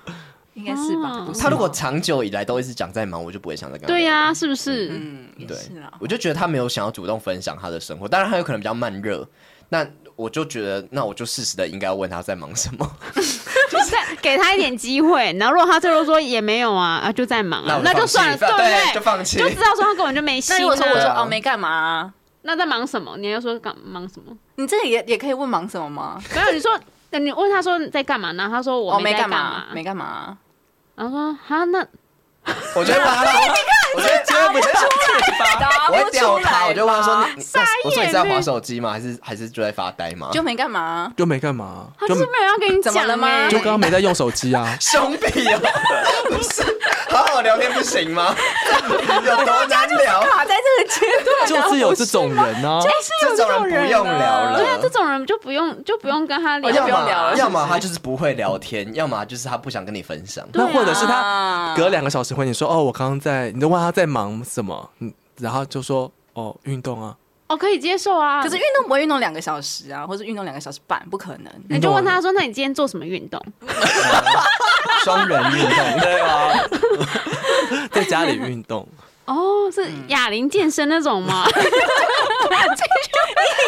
[SPEAKER 4] 应该是吧
[SPEAKER 2] 哦？
[SPEAKER 4] 不是
[SPEAKER 3] 他如果长久以来都一直讲在忙，我就不会想再跟他聊
[SPEAKER 2] 对呀、是不是？
[SPEAKER 4] 嗯，也
[SPEAKER 3] 对
[SPEAKER 4] 是啊，。
[SPEAKER 3] 我就觉得他没有想要主动分享他的生活，当然他有可能比较慢热，那我就觉得那我就适时的应该要问他在忙什么，
[SPEAKER 2] 就是给他一点机会，然后如果他最后说也没有啊，啊就在忙啊，那
[SPEAKER 3] 我
[SPEAKER 2] 就
[SPEAKER 3] 就
[SPEAKER 2] 算了，
[SPEAKER 3] 放
[SPEAKER 2] 不
[SPEAKER 3] 弃对，
[SPEAKER 2] 对？
[SPEAKER 3] 就放弃
[SPEAKER 2] 就。知道说他根本就没心、啊。
[SPEAKER 4] 那如果说我
[SPEAKER 3] 对
[SPEAKER 4] 说
[SPEAKER 3] 啊
[SPEAKER 4] 哦没干嘛啊，
[SPEAKER 2] 那在忙什么？你要说干忙什么？
[SPEAKER 4] 你这个也也可以问忙什么吗？
[SPEAKER 2] 没有，你说你问他说你在干嘛呢？他说
[SPEAKER 4] 哦
[SPEAKER 2] 我
[SPEAKER 4] 没
[SPEAKER 2] 在干
[SPEAKER 4] 嘛，没干嘛啊。
[SPEAKER 2] 然后说啊，那
[SPEAKER 3] 我觉得把他，我觉得
[SPEAKER 1] 绝对不是自发。
[SPEAKER 4] 答
[SPEAKER 3] 我会
[SPEAKER 4] 不出
[SPEAKER 3] 吊
[SPEAKER 4] 来吧，
[SPEAKER 3] 他，我就问他说：“你你那我说你是在划手机吗？还是还是就在发呆吗？”。
[SPEAKER 4] 就没干嘛，
[SPEAKER 5] 就没干嘛，
[SPEAKER 2] 他
[SPEAKER 5] 就
[SPEAKER 2] 就是没有要跟你
[SPEAKER 4] 怎么
[SPEAKER 2] 讲
[SPEAKER 4] 了吗
[SPEAKER 2] 欸
[SPEAKER 5] 就刚刚没在用手机啊
[SPEAKER 3] 兄弟啊，不是好好聊天不行吗？有多难聊？
[SPEAKER 4] 卡在这个阶 段，
[SPEAKER 5] 就是有这种人啊，
[SPEAKER 3] 这种人不用聊了。
[SPEAKER 2] 对啊，这种人就不用就不用跟他
[SPEAKER 3] 要
[SPEAKER 2] 聊。
[SPEAKER 4] 哦不用聊
[SPEAKER 3] 么
[SPEAKER 4] 了
[SPEAKER 3] 要么他就是不会聊天，要么就是他不想跟你分享。
[SPEAKER 2] 对啊
[SPEAKER 5] 那或者是他
[SPEAKER 4] 啊
[SPEAKER 5] 隔两个小时回你说哦，我刚刚在，你就问他在忙什么，嗯然后就说哦运动啊，
[SPEAKER 2] 哦，可以接受啊。
[SPEAKER 4] 可是运动不会运动两个小时啊，或者运动两个小时半，不可能。
[SPEAKER 2] 你就问他说：“那你今天做什么运动
[SPEAKER 3] 双人运动，对啊，
[SPEAKER 5] 在家里运动，？”
[SPEAKER 2] 哦，是哑铃健身那种吗？
[SPEAKER 4] 嗯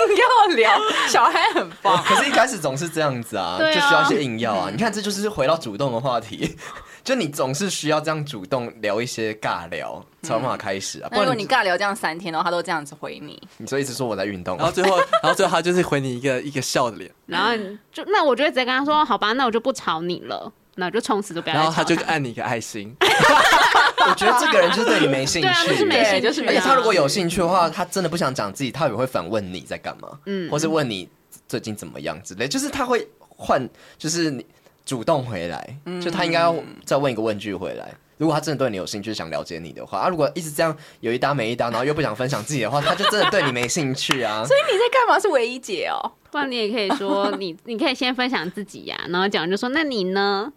[SPEAKER 4] 硬要聊，小孩很棒。
[SPEAKER 3] 可是一开始总是这样子啊，
[SPEAKER 2] 对啊
[SPEAKER 3] 就需要一些硬要啊。你看，这就是回到主动的话题， 就你总是需要这样主动聊一些尬聊，才有办法开始啊。
[SPEAKER 4] 那
[SPEAKER 3] 不
[SPEAKER 4] 如果
[SPEAKER 3] 然
[SPEAKER 4] 你
[SPEAKER 3] 你
[SPEAKER 4] 尬聊这样三天，然后他都这样子回你，
[SPEAKER 3] 你就一直说我在运动
[SPEAKER 5] 然后
[SPEAKER 3] 啊，
[SPEAKER 5] 最后，然后最后他就是回你一个一个笑的脸，
[SPEAKER 2] 然后你就那我就会直接跟他说：“好吧，那我就不吵你了，那我就从此都不要。”
[SPEAKER 5] 然后他就按你一个爱心，
[SPEAKER 3] 我觉得这个人就是对你没兴趣，
[SPEAKER 2] 对啊，就是没
[SPEAKER 4] 对
[SPEAKER 2] 兴
[SPEAKER 4] 就
[SPEAKER 2] 趣
[SPEAKER 4] 是
[SPEAKER 2] 啊。
[SPEAKER 3] 而且他如果有兴趣的话，他真的不想讲自己，他也会反问你在干嘛，
[SPEAKER 2] 嗯
[SPEAKER 3] 或是问你最近怎么样之类，就是他会换，就是你主动回来，
[SPEAKER 2] 嗯
[SPEAKER 3] 就他应该要再问一个问句回来。如果他真的对你有兴趣，想了解你的话，啊，如果一直这样有一搭没一搭，然后又不想分享自己的话，他就真的对你没兴趣 啊。
[SPEAKER 4] 所以你在干嘛？是唯一姐哦，
[SPEAKER 2] 不然你也可以说 你，你可以先分享自己呀、然后讲完就说那你呢？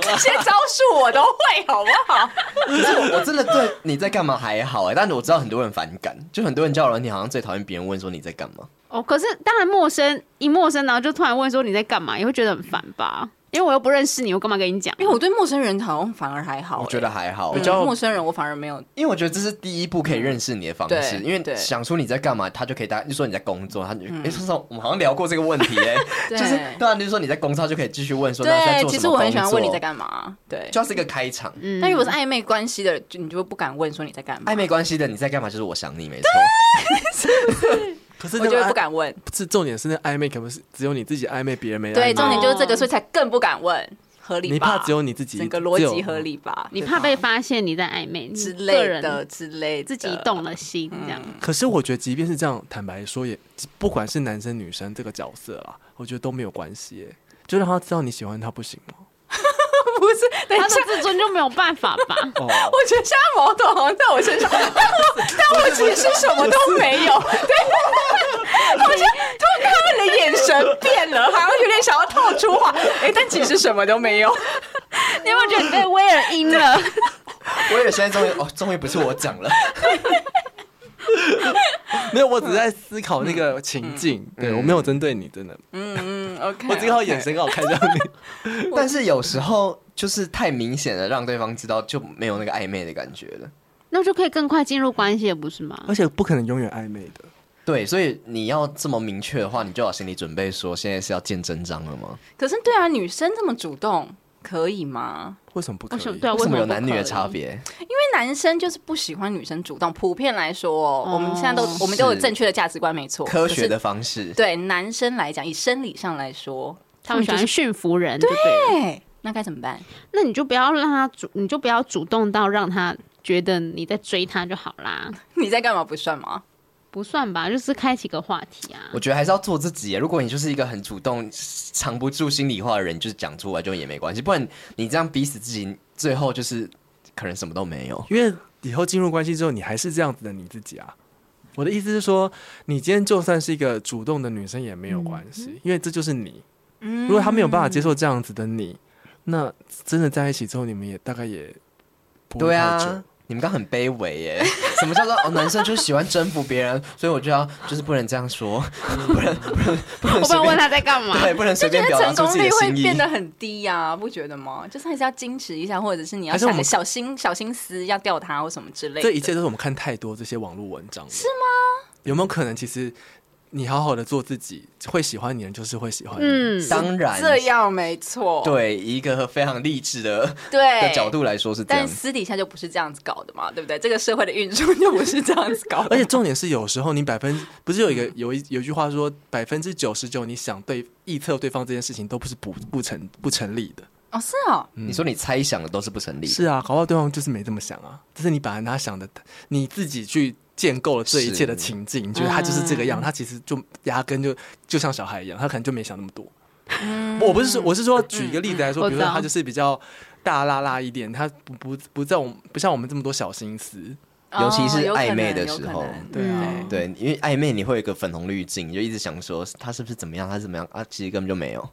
[SPEAKER 4] 这些招数我都会，好不好？
[SPEAKER 3] 可是我我真的对你在干嘛还好哎、但是我知道很多人反感，就很多人叫人，你好像最讨厌别人问说你在干嘛。
[SPEAKER 2] 哦，可是当然陌生一陌生，然后就突然问说你在干嘛，也会觉得很烦吧？因为我又不认识你，我干嘛跟你讲？ 啊
[SPEAKER 4] 因为我对陌生人好像反而还好、
[SPEAKER 2] 哦
[SPEAKER 3] 我觉
[SPEAKER 2] 欸
[SPEAKER 3] 得还好，
[SPEAKER 4] 嗯陌生人我反而没有。
[SPEAKER 3] 因为我觉得这是第一步可以认识你的方式，
[SPEAKER 4] 嗯对
[SPEAKER 3] 因为
[SPEAKER 4] 对嗯
[SPEAKER 3] 想出你在干嘛，他就可以大，就说你在工作，他就哎，说说我们好像聊过这个问题 哎，
[SPEAKER 4] 对
[SPEAKER 3] 就是对啊，就是说你在工作，他就可以继续问说那在
[SPEAKER 4] 对，
[SPEAKER 3] 做
[SPEAKER 4] 其
[SPEAKER 3] 什
[SPEAKER 4] 实
[SPEAKER 3] 么
[SPEAKER 4] 我
[SPEAKER 3] 工作
[SPEAKER 4] 很喜欢问你在，干嘛。对，
[SPEAKER 3] 就是一个开场。
[SPEAKER 2] 嗯
[SPEAKER 4] 但如果是暧昧关系的，就你就不敢问说你在干嘛，
[SPEAKER 3] 暧昧哎关系的你在干嘛？就是我想你，没错。
[SPEAKER 5] 可是
[SPEAKER 4] 我
[SPEAKER 5] 那
[SPEAKER 4] 就
[SPEAKER 5] 个
[SPEAKER 4] 会
[SPEAKER 5] 暧
[SPEAKER 4] 不，敢问。
[SPEAKER 5] 是重点是那暧昧可不是只有你自己暧昧，别人没暧昧
[SPEAKER 4] 对，重点就是这
[SPEAKER 2] 哦
[SPEAKER 4] 个，所以才更不敢问，合理吧？
[SPEAKER 5] 你怕只有你自己，
[SPEAKER 4] 整个逻
[SPEAKER 5] 只
[SPEAKER 4] 辑
[SPEAKER 5] 有
[SPEAKER 4] 合理吧？
[SPEAKER 2] 你怕被发现你在暧昧你
[SPEAKER 4] 啊之
[SPEAKER 2] 个
[SPEAKER 4] 类
[SPEAKER 2] 人
[SPEAKER 4] 的之类的，嗯
[SPEAKER 2] 自己动了心这样。
[SPEAKER 5] 可是我觉得，即便是这样，坦白说也，不管是男生女生这个角色啦，我觉得都没有关系耶，就让他知道你喜欢他不行吗？
[SPEAKER 4] 不是？等一
[SPEAKER 2] 他的
[SPEAKER 4] 下，
[SPEAKER 2] 自尊就没有办法吧？
[SPEAKER 5] 哦，
[SPEAKER 4] 我觉得现在矛盾好像在我身上，但我但我其实什么都没有。对， 好像突然看他们的眼神变了，好像有点想要套出话，哎、但其实什么都没有。
[SPEAKER 2] 你有没有觉得你被威尔阴了？
[SPEAKER 3] 我也现在 终于哦，终于不是我讲了，
[SPEAKER 5] 没有，我只是在思考那个情 境，
[SPEAKER 3] 嗯
[SPEAKER 5] 对我没有针对你，真的，
[SPEAKER 4] 嗯嗯，OK，
[SPEAKER 5] 我只靠眼神刚好看到你。
[SPEAKER 3] 但是有时候就是太明显的让对方知道，就没有那个暧昧的感觉了。
[SPEAKER 2] 那就可以更快进入关系了，不是
[SPEAKER 4] 嗯
[SPEAKER 2] 吗？
[SPEAKER 5] 而且不可能永远暧昧的，
[SPEAKER 3] 对，所以你要这么明确的话，你就要心理准备说，现在是要见真章了吗？
[SPEAKER 4] 可是对啊，女生这么主动可以吗？
[SPEAKER 5] 为什么不可
[SPEAKER 2] 为什么
[SPEAKER 5] 以？
[SPEAKER 2] 对啊？
[SPEAKER 3] 为什么有
[SPEAKER 2] 不可
[SPEAKER 3] 男女的差
[SPEAKER 2] 以？
[SPEAKER 3] 别？
[SPEAKER 4] 因为男生就是不喜欢女生主动，普遍来说哦，
[SPEAKER 2] 哦
[SPEAKER 4] 我们现在都我们都有正确的价值观，没错，
[SPEAKER 3] 科学
[SPEAKER 4] 可
[SPEAKER 3] 的
[SPEAKER 4] 是
[SPEAKER 3] 方式。
[SPEAKER 4] 对男生来讲，以生理上来说，
[SPEAKER 2] 他们喜欢驯服人，对
[SPEAKER 4] 对
[SPEAKER 2] 不对了？
[SPEAKER 4] 哎那该怎么办？
[SPEAKER 2] 那你就不要让他主，你就不要主动到让他觉得你在追他就好啦，
[SPEAKER 4] 你在干嘛不算吗？
[SPEAKER 2] 不算吧？就是开启个话题啊
[SPEAKER 3] 我。觉得还是要做自己耶。如果你就是一个很主动、藏不住心里话的人，就是讲出来就也没关系。不然你这样逼死自己，最后就是可能什么都没有。
[SPEAKER 5] 因为以后进入关系之后，你还是这样子的你自己啊。我的意思是说，你今天就算是一个主动的女生也没有关系，因为这就是你。如果他没有办法接受这样子的你，那真的在一起之后，你们也大概也不会
[SPEAKER 3] 对
[SPEAKER 5] 太久
[SPEAKER 3] 啊。，你们刚刚很卑微耶。什么叫做哦，男生就喜欢征服别人，所以我就要就是不能这样说，不能不能不能
[SPEAKER 2] 我不
[SPEAKER 3] 随
[SPEAKER 2] 能问
[SPEAKER 3] 便
[SPEAKER 2] 他在干嘛，
[SPEAKER 3] 对，不能随便表达
[SPEAKER 4] 成
[SPEAKER 3] 出
[SPEAKER 4] 功
[SPEAKER 3] 自己
[SPEAKER 4] 率
[SPEAKER 3] 的
[SPEAKER 4] 会
[SPEAKER 3] 心意
[SPEAKER 4] 变。得很低呀、不觉得吗？就是还是要矜持一下，或者是你要
[SPEAKER 5] 还是我们
[SPEAKER 4] 想小心小心思，要钓他或什么之类的。
[SPEAKER 5] 这一切都是我们看太多这些网络文章，是吗？有没有可能，其实你好好的做自己，会喜欢你的人就是会喜欢你。
[SPEAKER 2] 嗯，
[SPEAKER 3] 当然，
[SPEAKER 4] 这样没错，
[SPEAKER 3] 对一个非常励志的
[SPEAKER 4] 对
[SPEAKER 3] 的角。度来说是这样
[SPEAKER 4] 但。私底下就不是这样子搞的嘛，对不对？这个社会的运输就不是这样子搞的。
[SPEAKER 5] 而且重点是，有时候你百分不是有一个有一有一句话说，百分之九十九你想对臆测对方这件事情都不是不不成不成立的。
[SPEAKER 4] 哦，是哦，
[SPEAKER 3] 你说你猜想的都是不成立的，
[SPEAKER 5] 是啊，搞不好对方就是没这么想啊，就是你把他想的，你自己去建构了这一切的情境，你觉得他就是这个样，他其实就压根就就像小孩一样，他可能就没想那么多。
[SPEAKER 2] 嗯
[SPEAKER 5] 我不是说，我是说举一个例子来说，
[SPEAKER 2] 我
[SPEAKER 5] 比如说
[SPEAKER 2] 知道
[SPEAKER 5] 他就是比较大辣辣一点，他不不不在我们不像我们这么多小心思，
[SPEAKER 3] 尤其是
[SPEAKER 4] 哦有可能
[SPEAKER 3] 暧昧的时
[SPEAKER 4] 有
[SPEAKER 3] 候
[SPEAKER 4] 可能
[SPEAKER 5] 对啊，
[SPEAKER 4] 哦
[SPEAKER 2] 嗯
[SPEAKER 3] 对，因为暧昧你会有一个粉红滤镜，你就一直想说他是不是怎么样，他是怎么样啊，其实根本就没有。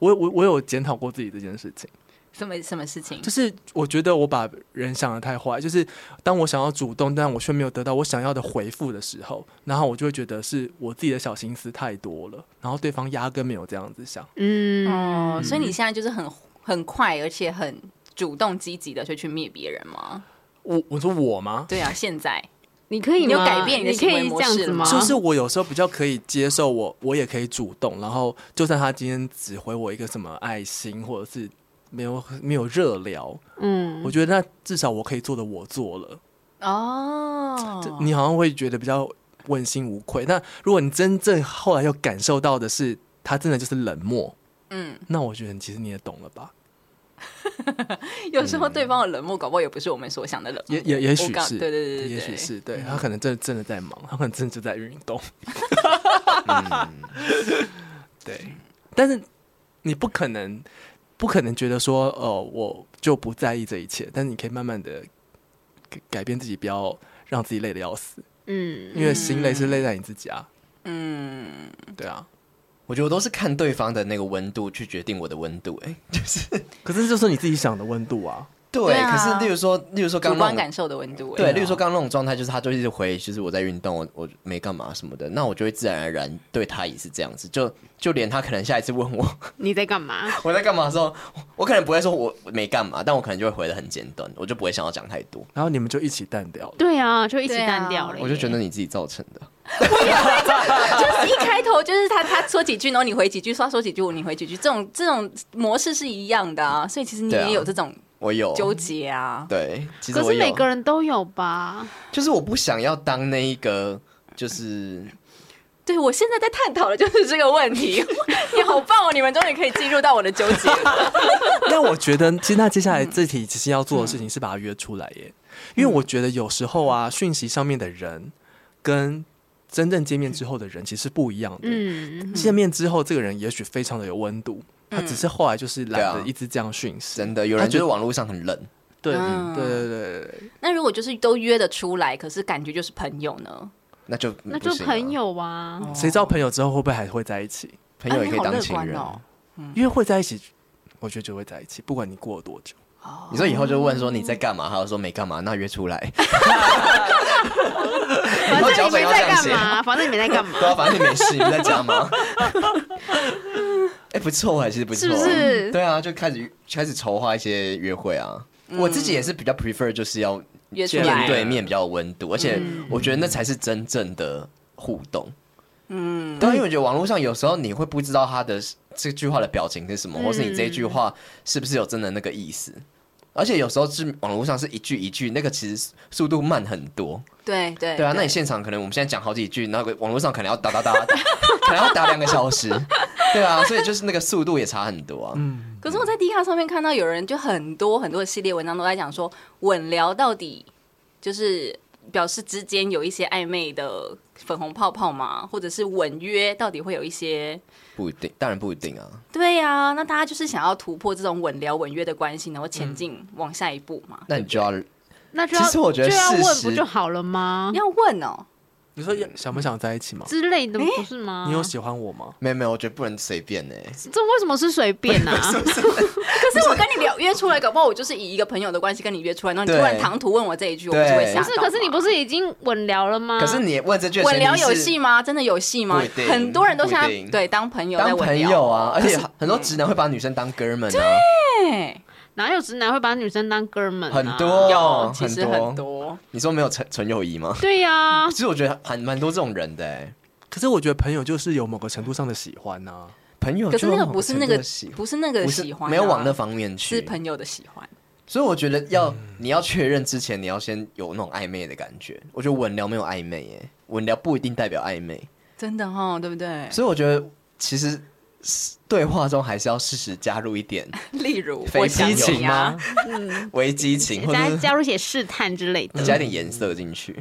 [SPEAKER 5] 我我我有检讨过自己这件事情。
[SPEAKER 4] 什么什么事情
[SPEAKER 5] 就？是我觉得我把人想的太坏，就是当我想要主动，但我却没有得到我想要的回复的时候，然后我就会觉得是我自己的小心思太多了，然后对方压根没有这样子想。
[SPEAKER 2] 嗯，
[SPEAKER 4] 哦，所以你现在就是很很快，而且很主动积极的去去灭别人吗？
[SPEAKER 5] 我我说我吗？
[SPEAKER 4] 对啊，现在
[SPEAKER 2] 你可以
[SPEAKER 4] 你有
[SPEAKER 2] 吗
[SPEAKER 4] 改变你的
[SPEAKER 2] 你可
[SPEAKER 4] 行为
[SPEAKER 2] 以
[SPEAKER 4] 模
[SPEAKER 2] 这样
[SPEAKER 4] 式
[SPEAKER 2] 子
[SPEAKER 4] 了
[SPEAKER 2] 吗？
[SPEAKER 4] 吗
[SPEAKER 5] 就是我有时候比较可以接受我，我也可以主动，然后就算他今天只回我一个什么爱心，或者是没有没有热聊，
[SPEAKER 2] 嗯，
[SPEAKER 5] 我觉得那至少我可以做的我做了。
[SPEAKER 4] 哦
[SPEAKER 5] 这，你好像会觉得比较问心无愧。那如果你真正后来又感受到的是他真的就是冷漠，
[SPEAKER 4] 嗯，
[SPEAKER 5] 那我觉得你其实你也懂了吧？
[SPEAKER 4] 有时候
[SPEAKER 3] 嗯
[SPEAKER 4] 对方的冷漠，搞不好也不是我们所想的冷漠，
[SPEAKER 5] 也也也
[SPEAKER 4] 哦我
[SPEAKER 5] 许
[SPEAKER 4] 刚
[SPEAKER 5] 是，
[SPEAKER 4] 对对对对，
[SPEAKER 5] 也许
[SPEAKER 4] 对。嗯
[SPEAKER 5] 是对他可能真的真的在忙，他可能真的就在运动。嗯对，但是你不可能不可能觉得说哦，我就不在意这一切，但是你可以慢慢的改改变自己，不要让自己累得要死，
[SPEAKER 2] 嗯，
[SPEAKER 5] 因为心累是累在你自己啊。
[SPEAKER 4] 嗯，
[SPEAKER 5] 对啊，
[SPEAKER 3] 我觉得我都是看对方的那个温度去决定我的温度、哎，
[SPEAKER 5] 可是这就是你自己想的温度啊。
[SPEAKER 3] 对
[SPEAKER 4] 对啊
[SPEAKER 3] 可是例如说，例如说
[SPEAKER 4] 主
[SPEAKER 3] 刚刚
[SPEAKER 4] 观
[SPEAKER 3] 那
[SPEAKER 4] 感
[SPEAKER 3] 种，
[SPEAKER 4] 受的温度、哎
[SPEAKER 3] 对，例如说刚刚那种状态，就是他就一直回，就是我在运动，我我没干嘛什么的，那我就会自然而然对他也是这样子，就就连他可能下一次问我
[SPEAKER 2] 你在干嘛？
[SPEAKER 3] 我在干嘛的时候，我我可能不会说我没干嘛，但我可能就会回的很简短，我就不会想要讲太多，
[SPEAKER 5] 然后你们就一起淡掉了。
[SPEAKER 2] 对啊，就一起
[SPEAKER 4] 对啊
[SPEAKER 2] 淡掉了耶。
[SPEAKER 3] 我就觉得你自己造成的。
[SPEAKER 4] 就是一开头就是他他说几句，然后你回几句，说他说几句，你回几句，这种这种模式是一样的啊。所以其实你
[SPEAKER 3] 对啊哦
[SPEAKER 4] 也有这种
[SPEAKER 3] 我有
[SPEAKER 4] 纠结啊。
[SPEAKER 3] 对，其实
[SPEAKER 2] 可
[SPEAKER 3] 我
[SPEAKER 2] 是
[SPEAKER 3] 有
[SPEAKER 2] 每个人都有吧？
[SPEAKER 3] 就是我不想要当那一个，就是
[SPEAKER 4] 对我现在在探讨的就是这个问题。 你好棒哦，你们终于可以进入到我的纠结了。
[SPEAKER 5] 那我觉 得，其实那接下来
[SPEAKER 2] 嗯
[SPEAKER 5] 这题其实要做的事情是把它约出来耶，因为我觉得有时候啊，讯息上面的人跟真正见面之后的人其实不一样的。
[SPEAKER 2] 嗯，
[SPEAKER 5] 见面之后，这个人也许非常的有温度，他只是后来就是懒
[SPEAKER 3] 对
[SPEAKER 5] 得
[SPEAKER 3] 啊
[SPEAKER 5] 一直这样讯息。
[SPEAKER 3] 真的有人就是网络上很冷，
[SPEAKER 5] 对
[SPEAKER 4] 嗯
[SPEAKER 5] 对对对对，
[SPEAKER 4] 那如果就是都约得出来，可是感觉就是朋友呢？
[SPEAKER 3] 那就
[SPEAKER 2] 那
[SPEAKER 3] 不
[SPEAKER 2] 就
[SPEAKER 3] 行啊
[SPEAKER 2] 朋友啊。
[SPEAKER 5] 谁知道朋友之后会不会还会在一起？
[SPEAKER 3] 朋友
[SPEAKER 4] 啊
[SPEAKER 3] 也
[SPEAKER 4] 你
[SPEAKER 3] 可以
[SPEAKER 4] 好
[SPEAKER 3] 当
[SPEAKER 4] 乐
[SPEAKER 3] 情
[SPEAKER 4] 观
[SPEAKER 3] 人。
[SPEAKER 4] 哦。
[SPEAKER 2] 嗯
[SPEAKER 5] 因为会在一起，我觉得就会在一起，不管你过了多久。
[SPEAKER 3] 你说以后就问说你在干嘛，他就说没干嘛，那约出来。
[SPEAKER 2] 反
[SPEAKER 3] 后哦
[SPEAKER 2] 正
[SPEAKER 3] 脚
[SPEAKER 2] 你
[SPEAKER 3] 本
[SPEAKER 2] 没
[SPEAKER 3] 要
[SPEAKER 2] 在
[SPEAKER 3] 这样
[SPEAKER 2] 干
[SPEAKER 3] 写
[SPEAKER 2] 嘛，反正你没在干嘛
[SPEAKER 3] 对，啊，反正你没事，你在家吗？ 哎，不错哎，其实不错，
[SPEAKER 2] 是不是
[SPEAKER 3] 对啊，就开始开始筹划一些约会啊。我自己也是比较 prefer 就是要
[SPEAKER 4] 约出
[SPEAKER 3] 面
[SPEAKER 4] 来，嗯
[SPEAKER 3] 对面比较有温度，而且我觉得那才是真正的互动。嗯，对啊，因为我觉得网络上有时候你会不知道他的这句话的表情是什么，
[SPEAKER 4] 嗯
[SPEAKER 3] 或是你这句话是不是有真的那个意思。而且有时候是网络上是一句一句，那个其实速度慢很多。
[SPEAKER 4] 对对
[SPEAKER 3] 对啊，那你现场可能我们现在讲好几句，那个网络上可能要打打打， 可能要打两个小时。对啊，所以就是那个速度也差很多啊。
[SPEAKER 4] 可是我在 D 卡上面看到有人就很多很多的系列文章都在讲说，稳聊到底就是表示之间有一些暧昧的粉红泡泡嘛，或者是稳约到底会有一些。
[SPEAKER 3] 不一定，当然不一定啊。
[SPEAKER 4] 对呀、那大家就是想要突破这种稳聊稳约的关系，然后前进往下一步嘛。
[SPEAKER 3] 那你就要
[SPEAKER 2] 那就要
[SPEAKER 3] 其实我觉得
[SPEAKER 2] 就要问
[SPEAKER 3] 事实
[SPEAKER 2] 不就好了
[SPEAKER 3] 嗯
[SPEAKER 2] 吗？
[SPEAKER 4] 要问哦，
[SPEAKER 5] 你说想不想在一起吗？
[SPEAKER 2] 之类的不是啊吗？
[SPEAKER 5] 你有喜欢我吗？
[SPEAKER 3] 没有没有，我觉得不能随便欸呢、
[SPEAKER 4] 嗯
[SPEAKER 2] 这为什么是随便啊？
[SPEAKER 4] 可是我跟你聊约出来，搞不好我就是以一个朋友的关系跟你约出来，然后你
[SPEAKER 3] 对
[SPEAKER 4] 突然唐突问我这一句，我不是会
[SPEAKER 3] 对
[SPEAKER 4] 吓
[SPEAKER 2] 不
[SPEAKER 4] 到
[SPEAKER 2] 是，
[SPEAKER 4] 吗
[SPEAKER 2] 可是你不是已经稳聊了吗？
[SPEAKER 3] 可是你问这句的
[SPEAKER 4] 稳
[SPEAKER 3] 前提
[SPEAKER 4] 聊有
[SPEAKER 3] 是
[SPEAKER 4] 戏吗？真的有戏吗
[SPEAKER 3] 不一？定
[SPEAKER 4] 很多人都现
[SPEAKER 3] 不一
[SPEAKER 4] 在
[SPEAKER 3] 定
[SPEAKER 4] 对当朋友在
[SPEAKER 3] 当
[SPEAKER 4] 稳
[SPEAKER 3] 朋
[SPEAKER 4] 聊
[SPEAKER 3] 友啊，而且
[SPEAKER 4] 可是嗯哎
[SPEAKER 3] 很多直男会把女生当哥们啊，
[SPEAKER 4] 对。
[SPEAKER 2] 哪有直男会把女生当哥们、啊？
[SPEAKER 3] 很多
[SPEAKER 4] 有，其
[SPEAKER 3] 很
[SPEAKER 4] 实很多。
[SPEAKER 3] 你说没有纯纯友谊吗？
[SPEAKER 2] 对呀、
[SPEAKER 4] 啊
[SPEAKER 3] 其实我觉得还蛮多这种人的、欸，
[SPEAKER 5] 可是我觉得朋友就是有某个程度上的喜欢呐、啊。
[SPEAKER 3] 朋友
[SPEAKER 4] 可是那个
[SPEAKER 3] 就
[SPEAKER 4] 不是那
[SPEAKER 3] 某程度
[SPEAKER 4] 个
[SPEAKER 3] 的喜，
[SPEAKER 4] 不是那个
[SPEAKER 3] 不
[SPEAKER 4] 喜
[SPEAKER 3] 是
[SPEAKER 4] 欢啊，
[SPEAKER 3] 没有往那方面
[SPEAKER 4] 是
[SPEAKER 3] 去，
[SPEAKER 4] 朋友的喜欢。
[SPEAKER 3] 所以我觉得要你要确认之前，你要先有那种暧昧的感觉。我觉得稳聊没有暧昧、欸，哎，稳聊不一定代表暧昧，
[SPEAKER 4] 真的哦，对不对？
[SPEAKER 3] 所以我觉得其实对话中还是要适时加入一 点
[SPEAKER 4] 例如
[SPEAKER 3] 非
[SPEAKER 4] 我想
[SPEAKER 3] 激情
[SPEAKER 4] 你啊
[SPEAKER 3] 吗，？微激情，或者
[SPEAKER 2] 加
[SPEAKER 3] 是
[SPEAKER 2] 加入一些试探之类的。
[SPEAKER 3] 加点颜色进去。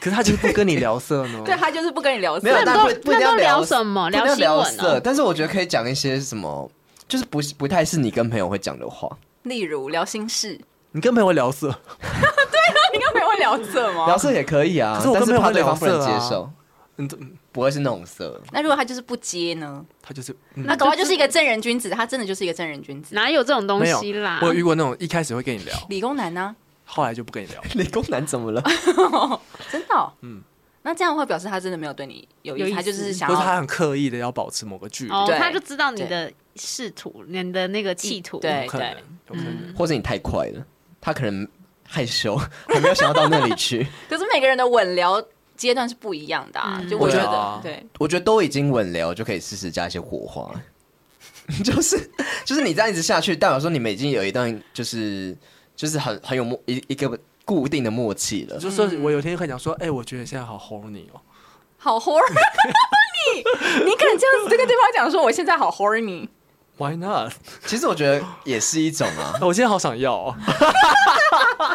[SPEAKER 1] 可是他就是不跟你聊色 呢。
[SPEAKER 4] 对他就是不跟你聊
[SPEAKER 3] 没有
[SPEAKER 4] 色，
[SPEAKER 3] 但
[SPEAKER 2] 都
[SPEAKER 3] 不不一定要
[SPEAKER 2] 那都聊
[SPEAKER 3] 聊
[SPEAKER 2] 什么
[SPEAKER 3] 不一定
[SPEAKER 2] 聊
[SPEAKER 3] 要聊
[SPEAKER 2] 新闻哦
[SPEAKER 3] 色，但是我觉得可以讲一些什么，就是不是不太是你跟朋友会讲的话。
[SPEAKER 4] 例如聊心事，
[SPEAKER 5] 你跟朋友聊色，
[SPEAKER 4] 你跟朋友会聊色吗
[SPEAKER 3] 聊？色也可以啊，
[SPEAKER 5] 可是我跟
[SPEAKER 3] 但
[SPEAKER 5] 朋友
[SPEAKER 3] 怕
[SPEAKER 5] 会
[SPEAKER 3] 对
[SPEAKER 5] 聊
[SPEAKER 3] 方不能
[SPEAKER 5] 色
[SPEAKER 3] 接
[SPEAKER 5] 啊
[SPEAKER 3] 受，
[SPEAKER 5] 嗯，嗯
[SPEAKER 3] 不会是那种色。
[SPEAKER 4] 那如果他就是不接呢？
[SPEAKER 5] 他就是、嗯、
[SPEAKER 4] 那搞不好就是一个正人君子，他真的就是一个正人君子。
[SPEAKER 2] 哪有这种东
[SPEAKER 5] 没有
[SPEAKER 2] 西啦。？
[SPEAKER 5] 我有遇过那种一开始会跟你聊，
[SPEAKER 4] 理工男啊呢？
[SPEAKER 5] 后来就 不跟你聊。
[SPEAKER 3] 理工男怎么了？
[SPEAKER 4] 真的哦，
[SPEAKER 5] 嗯
[SPEAKER 4] 那这样会表示他真的没有对你有
[SPEAKER 2] 有
[SPEAKER 4] 意
[SPEAKER 2] 意
[SPEAKER 4] 思，
[SPEAKER 2] 思
[SPEAKER 4] 他就是想
[SPEAKER 5] 或是他
[SPEAKER 4] 要
[SPEAKER 5] 很刻意的要保持某个距离，
[SPEAKER 2] 哦，
[SPEAKER 4] 对
[SPEAKER 2] 他就知道你的仕途，你的那个企图。
[SPEAKER 4] 对嗯
[SPEAKER 5] 有可能，有可能。
[SPEAKER 3] 或者你太快了，他可能害羞，还没有想要到那里去。
[SPEAKER 4] 可是每个人的稳聊阶段是不一样的啊，
[SPEAKER 2] 嗯
[SPEAKER 4] 就我觉
[SPEAKER 5] 对
[SPEAKER 4] 得
[SPEAKER 5] 啊
[SPEAKER 4] 对，
[SPEAKER 3] 我觉得都已经稳聊，就可以适时加一些火花。 就是就是你这样一直下去，代表说你们已经有一段就是就是很很有默一一个固定的默契了。
[SPEAKER 5] 就是说我有一天很想说，哎、我觉得现在好 horny 哦，
[SPEAKER 4] 好 horny，你敢这样子跟对方讲说我现在好 horny，
[SPEAKER 5] Why not？
[SPEAKER 3] 其实我觉得也是一种啊。
[SPEAKER 5] 我现在好想要、哦，
[SPEAKER 3] 然后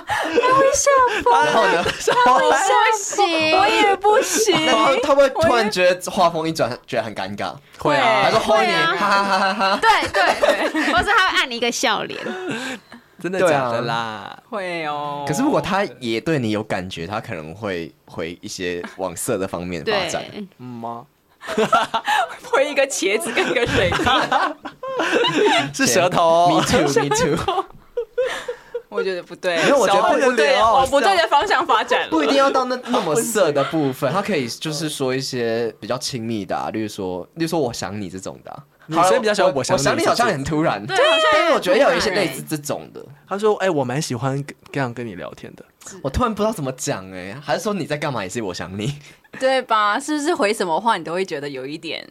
[SPEAKER 3] 呢，
[SPEAKER 4] 不行，我也不行，
[SPEAKER 3] 然后他会突然觉得话锋一转，觉得很尴尬。
[SPEAKER 5] 会
[SPEAKER 4] 啊
[SPEAKER 3] 他说：“欢迎，
[SPEAKER 2] 啊
[SPEAKER 3] 哈哈哈哈 哈。”
[SPEAKER 4] 对对 对，
[SPEAKER 2] 或是他会按你一个 笑脸，
[SPEAKER 5] 真的
[SPEAKER 3] 对
[SPEAKER 5] 假
[SPEAKER 3] 啊
[SPEAKER 5] 的啦？
[SPEAKER 4] 会哦。
[SPEAKER 3] 可是如果他也对你有感觉，他可能会回一些往色的方面发
[SPEAKER 2] 对，
[SPEAKER 3] 展。
[SPEAKER 5] 嗯吗？
[SPEAKER 4] 推一个茄子跟一个 水瓶，
[SPEAKER 5] 是舌头哦
[SPEAKER 3] Me。too, me too。
[SPEAKER 4] 我觉得不对，
[SPEAKER 3] 没有我觉得
[SPEAKER 4] 小
[SPEAKER 3] 不能
[SPEAKER 4] 不对，
[SPEAKER 5] 聊
[SPEAKER 4] 往不对的方向发展
[SPEAKER 3] 不
[SPEAKER 4] 了。
[SPEAKER 3] 一定要到那那么色的部分，他可以就是说一些比较亲密的、啊，例如说，例如说我想你这种的、啊。
[SPEAKER 5] 女生比较喜
[SPEAKER 3] 好
[SPEAKER 5] 欢
[SPEAKER 3] 了我
[SPEAKER 5] 我想你
[SPEAKER 3] 想你，
[SPEAKER 5] 这
[SPEAKER 3] 好
[SPEAKER 5] 种
[SPEAKER 3] 像很突然。
[SPEAKER 2] 对好像
[SPEAKER 3] 但是我觉得
[SPEAKER 2] 很突然欸
[SPEAKER 3] 要有一些类似这种的，
[SPEAKER 5] 他说，哎、我蛮喜欢跟这样跟你聊天的。
[SPEAKER 3] 我突然不知道怎么讲哎、还是说你在干嘛？也是我想你。
[SPEAKER 4] 对吧？是不是回什么话你都会觉得有一点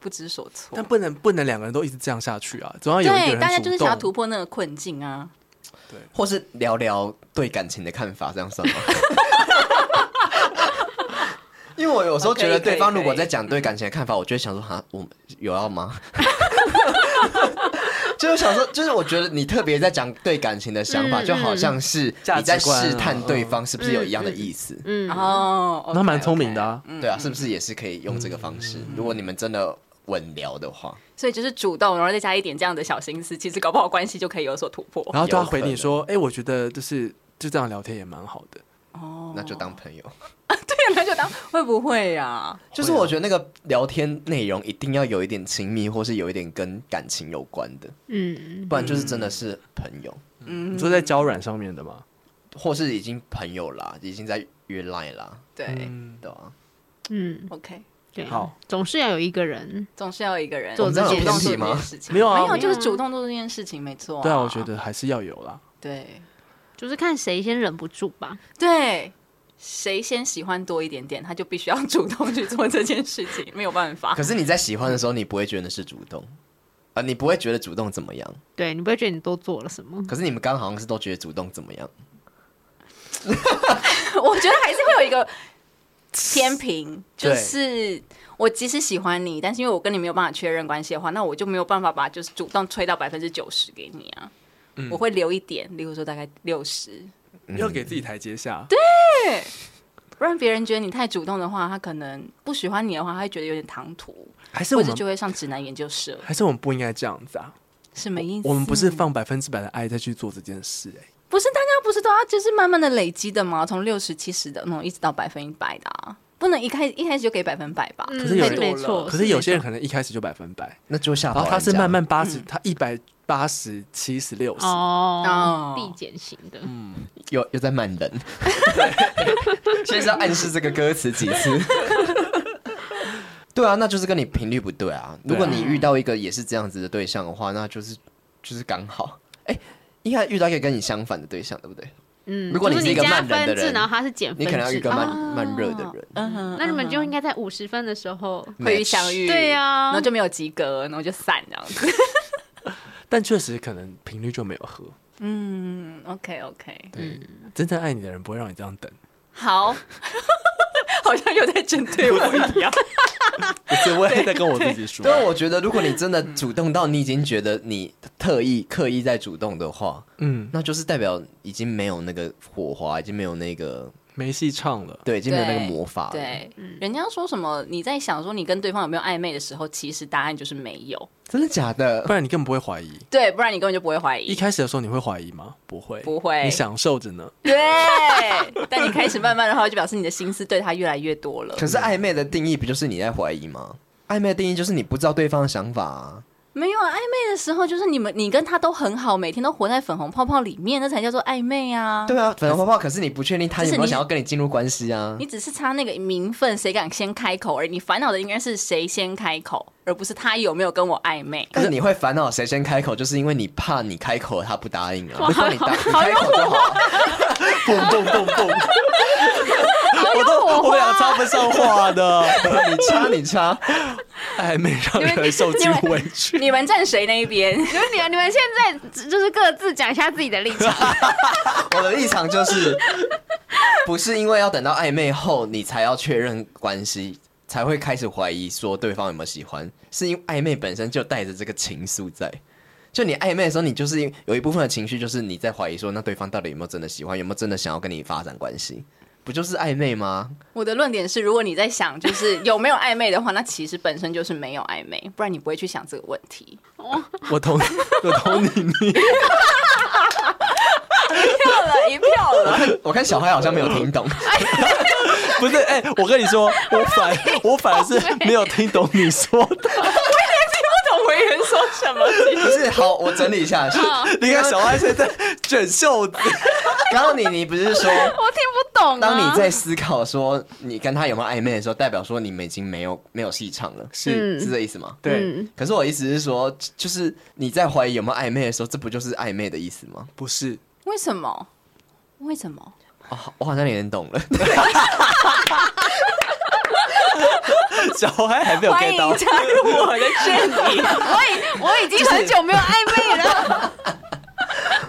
[SPEAKER 4] 不知所措
[SPEAKER 5] 但？不能不能两个人都一直这样下去啊，总要有一个
[SPEAKER 4] 对，
[SPEAKER 5] 人
[SPEAKER 4] 大家就是想要
[SPEAKER 5] 主
[SPEAKER 4] 突破那个困境啊！
[SPEAKER 3] 或是聊聊对感情的看法，这样算吗？因为我有时候觉
[SPEAKER 4] 哦
[SPEAKER 3] 得
[SPEAKER 4] 可以可以
[SPEAKER 3] 对方如果
[SPEAKER 4] 可以
[SPEAKER 3] 在讲对感情的看法，我就会想说，哈，我有要吗？ 就是想说，就是我觉得你特别在讲对感情的想法，
[SPEAKER 2] 嗯
[SPEAKER 3] 就好像是
[SPEAKER 5] 价
[SPEAKER 3] 你在
[SPEAKER 5] 值观啊
[SPEAKER 3] 试探对方是不是有一样的意思。
[SPEAKER 2] 嗯，
[SPEAKER 4] 哦，
[SPEAKER 5] 动，那蛮聪明的啊。
[SPEAKER 4] OK，OK，嗯
[SPEAKER 3] 对啊，是不是也是可以用这个方式？如果你们真的稳聊的话，
[SPEAKER 4] 所以就是主动，然后再加一点这样的小心思，其实搞不好关系就可以有所突破。
[SPEAKER 5] 然后对他
[SPEAKER 3] 有可
[SPEAKER 5] 回
[SPEAKER 3] 能
[SPEAKER 5] 你说，哎、我觉得就是就这样聊天也蛮好的。
[SPEAKER 4] 哦，
[SPEAKER 3] 那就当朋友。
[SPEAKER 4] 对， 那就当会不会呀、
[SPEAKER 3] 就是我觉得那个聊天内容一定要有一点亲密，或是有一点跟感情有关的，
[SPEAKER 2] 嗯，
[SPEAKER 3] 不然就是真的是朋友。
[SPEAKER 5] 你说在交软上面的吗？
[SPEAKER 3] 或是已经朋友啦，已经在约 line 啦，
[SPEAKER 4] 对、
[SPEAKER 5] 嗯，
[SPEAKER 3] 对吧、
[SPEAKER 2] 嗯，
[SPEAKER 4] o k
[SPEAKER 2] 对，
[SPEAKER 5] 好，
[SPEAKER 2] 总是要有一个人，
[SPEAKER 4] 总是要有一个人
[SPEAKER 2] 做
[SPEAKER 4] 主
[SPEAKER 2] 这
[SPEAKER 4] 动
[SPEAKER 2] 件
[SPEAKER 4] 做
[SPEAKER 2] 事
[SPEAKER 4] 这
[SPEAKER 3] 吗
[SPEAKER 4] 件事情，
[SPEAKER 5] 没有啊
[SPEAKER 4] 没有，
[SPEAKER 5] 没有
[SPEAKER 4] 就是主动做这件事情，没错、
[SPEAKER 5] 对啊，我觉得还是要有啦。
[SPEAKER 4] 对
[SPEAKER 2] 就是看谁先忍不住吧。
[SPEAKER 4] 对，谁先喜欢多一点点，他就必须要主动去做这件事情，没有办 法
[SPEAKER 5] 啊
[SPEAKER 3] 可。是你在喜欢的时候，你不会觉得是主动啊、你不会觉得主动怎么样。
[SPEAKER 2] 对你不会觉得你都做了什么？
[SPEAKER 3] 可是你们刚好像是都觉得主动怎么样，
[SPEAKER 4] 我觉得还是会有一 个天平，就
[SPEAKER 5] 对
[SPEAKER 4] 是我即使喜欢你，但是因为我跟你没有办法确认关系的话，那我就没有办法把就是主动吹到百分之九十给你啊。
[SPEAKER 5] 嗯
[SPEAKER 4] 我会留一点，例如说大概六十，
[SPEAKER 3] 嗯
[SPEAKER 5] 要给自己台阶下。
[SPEAKER 4] 不然别人觉得你太主动的话，他可能不喜欢你的话，他会觉得有点唐突，
[SPEAKER 5] 还是我
[SPEAKER 4] 或者
[SPEAKER 5] 们
[SPEAKER 4] 就会上直男研究社，
[SPEAKER 5] 还是我们不应该这样子啊？
[SPEAKER 4] 什么意思？
[SPEAKER 5] 我们不是放百分之百的爱再去做这件事、哎，
[SPEAKER 4] 不是大家不是都要就是慢慢的累积的吗？从六十七十的那种一直到百分一百的、啊，不能一开一开始就给百分百吧？
[SPEAKER 2] 嗯
[SPEAKER 5] 可是有人
[SPEAKER 2] 没错，
[SPEAKER 5] 可是有些人
[SPEAKER 2] 没
[SPEAKER 5] 可能一开始就百分百，
[SPEAKER 3] 那就吓
[SPEAKER 5] 然
[SPEAKER 3] 跑
[SPEAKER 5] 哦后他是
[SPEAKER 3] 人家
[SPEAKER 5] 慢慢八十、他一百八十、七十、六
[SPEAKER 2] 错
[SPEAKER 5] 十，
[SPEAKER 2] 哦
[SPEAKER 4] 哦，
[SPEAKER 2] 递减型的，
[SPEAKER 3] 嗯又又在慢 人，所以是要暗示这个歌词几次。对啊，那就是跟你频率不对啊。如果你遇到一个也是这样子的对象的话，那就是就是刚好。哎、应该遇到一个跟你相反的对象，对不对？
[SPEAKER 2] 嗯，
[SPEAKER 3] 如果
[SPEAKER 2] 就
[SPEAKER 3] 你
[SPEAKER 2] 是
[SPEAKER 3] 是一个
[SPEAKER 2] 加
[SPEAKER 3] 慢人的
[SPEAKER 2] 分制，
[SPEAKER 3] 人
[SPEAKER 2] 然后他是减
[SPEAKER 3] 你
[SPEAKER 2] 分
[SPEAKER 3] 可能要遇
[SPEAKER 2] 制哦
[SPEAKER 3] 个，慢、慢热的人。
[SPEAKER 4] 嗯哼，
[SPEAKER 2] 那你们就应该在五十分的 时候，
[SPEAKER 4] 会遇相遇，
[SPEAKER 2] 对呀
[SPEAKER 5] 啊
[SPEAKER 4] 然后就没有及格，然后就散这样 子。
[SPEAKER 5] 但确实可能频率就没有合。
[SPEAKER 4] 嗯，OK OK，
[SPEAKER 5] 对，真正爱你的人不会让你这样等。
[SPEAKER 4] 好， 好像又在针对我一 样。
[SPEAKER 5] 我只会在跟我自己说
[SPEAKER 3] 对，啊我觉得如果你真的主动到你已经觉得你特意刻意在主动的话，
[SPEAKER 5] 嗯，
[SPEAKER 3] 那就是代表已经没有那个火花，已经没有那个
[SPEAKER 5] 没戏唱了。
[SPEAKER 3] 对，已经没有那个魔法了。
[SPEAKER 4] 对，
[SPEAKER 5] 嗯
[SPEAKER 4] 人家说什么？你在想说你跟对方有没有暧昧的时候，其实答案就是没有。
[SPEAKER 3] 真的假的
[SPEAKER 5] 不？然你根本不会怀疑。
[SPEAKER 4] 对，不然你根本就不会怀
[SPEAKER 5] 一
[SPEAKER 4] 疑。
[SPEAKER 5] 开始的时候你会怀疑吗？不会，
[SPEAKER 4] 不会
[SPEAKER 5] 你享受着呢。
[SPEAKER 4] 对，但你开始慢慢的话，就表示你的心思对他越来越多了。
[SPEAKER 3] 可是暧昧的定义不就是你在怀疑吗？暧昧的定义就是你不知道对方的想法啊。
[SPEAKER 4] 没有啊，暧昧的时候就是你们，你跟他都很好，每天都活在粉红泡泡里面，那才叫做暧昧啊。
[SPEAKER 3] 对啊，粉红泡泡，可是你不确定他有没有想要跟你进入关系啊
[SPEAKER 4] 你。只是差那个名分，谁敢先开口而已。你烦恼的应该是谁先开口，而不是他有没有跟我暧昧。
[SPEAKER 3] 但是你会烦恼谁先开口，就是因为你怕你开口他不答应啊。
[SPEAKER 2] 哇
[SPEAKER 3] 如果你答你开口就好，
[SPEAKER 5] 蹦蹦蹦蹦， 我都我们俩插不上话的，
[SPEAKER 3] 你 插你插，
[SPEAKER 5] 暧昧让人受尽委屈。
[SPEAKER 4] 你们站谁那一边？
[SPEAKER 2] 你们你们你们现在只就是各自讲一下自己的 立场，
[SPEAKER 3] 我的立场就是，不是因为要等到暧昧后你才要确认关系，才会开始怀疑说对方有没有喜欢，是因为暧昧本身就带着这个情愫在。就你暧昧的时候，你就是有一部分的情绪，就是你在怀疑说，那对方到底有没有真的喜欢，有没有真的想要跟你发展关系，不就是暧昧吗？
[SPEAKER 4] 我的论点是，如果你在想就是有没有暧昧的话，那其实本身就是没有暧昧，不然你不会去想这个问 题。
[SPEAKER 5] 我同我同你你，
[SPEAKER 4] 票了一票 了，
[SPEAKER 3] 我看小孩好像没有听懂，
[SPEAKER 5] 不是哎、我跟你说，我反我反而是没有听懂你说的。
[SPEAKER 4] 不懂为人说什么。
[SPEAKER 3] 不是好，我整理一下。
[SPEAKER 5] 你看小爱现在卷袖 子，
[SPEAKER 3] 然后你你不是说，
[SPEAKER 2] 我听不懂、啊。
[SPEAKER 3] 当你在思考说你跟他有没有暧昧的时候，代表说你们已经没有没有戏唱了，
[SPEAKER 5] 是
[SPEAKER 2] 嗯
[SPEAKER 3] 是这意思吗？
[SPEAKER 5] 对，
[SPEAKER 2] 嗯
[SPEAKER 3] 可是我意思是说，就就是你在怀疑有没有暧昧的时候，这不就是暧昧的意思吗？
[SPEAKER 5] 不是
[SPEAKER 4] 为什么？为什么？
[SPEAKER 3] 哦，好我好像有点懂了。
[SPEAKER 5] 小爱还没有
[SPEAKER 4] 欢
[SPEAKER 5] get
[SPEAKER 4] 迎
[SPEAKER 5] 到，
[SPEAKER 4] 加入我的阵营。
[SPEAKER 2] 我已我已经很久没有暧昧了，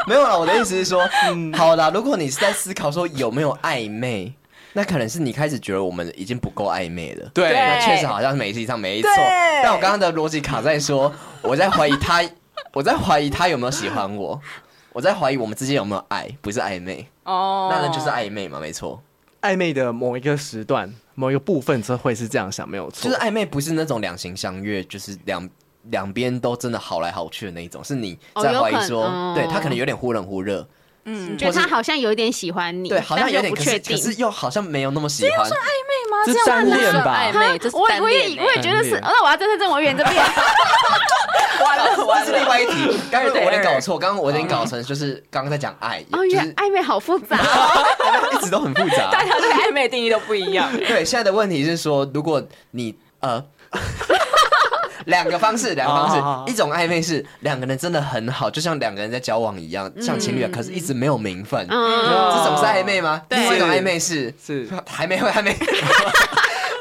[SPEAKER 3] 没有啦，我的意思是 说，
[SPEAKER 2] 嗯
[SPEAKER 3] 好啦，如果你是在思考说有没有暧昧，那可能是你开始觉得我们已经不够暧昧了。
[SPEAKER 5] 对
[SPEAKER 3] 那确实好像没戏唱没错。但我刚刚的逻辑卡在说，我在怀疑他，我在怀疑他有没有喜欢我，我在怀疑我们之间有没有爱，不是暧昧，
[SPEAKER 4] 哦
[SPEAKER 3] 那那就是暧昧嘛，没错。
[SPEAKER 5] 暧昧的某一个时段、某一个部分，这会是这样想，没有
[SPEAKER 3] 就
[SPEAKER 5] 错
[SPEAKER 3] 是。啊暧昧不是那种两情相悦，就是两两边都真的好来好去的那一种，是你在怀疑说，
[SPEAKER 2] 哦有可能
[SPEAKER 3] 对他可能有点忽冷忽热，
[SPEAKER 4] 嗯，
[SPEAKER 2] 觉得他好像有一点喜欢你，
[SPEAKER 3] 对，好像有
[SPEAKER 2] 但
[SPEAKER 3] 点
[SPEAKER 2] 是又不
[SPEAKER 3] 可
[SPEAKER 2] 确
[SPEAKER 3] 是可
[SPEAKER 2] 定。
[SPEAKER 3] 是又好像没有那么喜欢，
[SPEAKER 4] 妈
[SPEAKER 5] 这
[SPEAKER 4] 这样
[SPEAKER 5] 单
[SPEAKER 4] 不
[SPEAKER 5] 恋
[SPEAKER 4] 算
[SPEAKER 5] 吧
[SPEAKER 4] 暧昧，这是
[SPEAKER 2] 啊我
[SPEAKER 4] 单
[SPEAKER 2] 我
[SPEAKER 4] 恋
[SPEAKER 2] 也
[SPEAKER 4] 欸
[SPEAKER 2] 我也觉得是，哦
[SPEAKER 5] 单恋
[SPEAKER 2] 那我要站在郑文远这 边。
[SPEAKER 4] 完 了
[SPEAKER 3] 这
[SPEAKER 4] 完
[SPEAKER 3] 是另
[SPEAKER 4] 了。
[SPEAKER 3] 外一题。刚才我有点搞
[SPEAKER 4] 对
[SPEAKER 3] 错，刚刚我有点搞成就是刚刚在讲爱，
[SPEAKER 2] 哦，
[SPEAKER 3] 就
[SPEAKER 2] 原来
[SPEAKER 3] 是
[SPEAKER 2] 暧昧好复杂哦，
[SPEAKER 4] 啊
[SPEAKER 3] 一直都很复杂。
[SPEAKER 4] 大家对暧昧的定义都不一样，
[SPEAKER 3] 对，现在的问题是说，如果你呃。 两个方式，两个
[SPEAKER 4] 啊
[SPEAKER 5] 好好
[SPEAKER 3] 方
[SPEAKER 5] 好
[SPEAKER 3] 式，一种暧昧是两个人真的很好，就像两个人在交往一样，像情侣，啊
[SPEAKER 4] 嗯
[SPEAKER 3] 可是一直没有名分，
[SPEAKER 2] 嗯，
[SPEAKER 3] 这种是暧昧
[SPEAKER 4] 哦
[SPEAKER 3] 吗？
[SPEAKER 2] 对
[SPEAKER 3] 另外一种暧昧是
[SPEAKER 5] 是
[SPEAKER 3] 还没会还 没。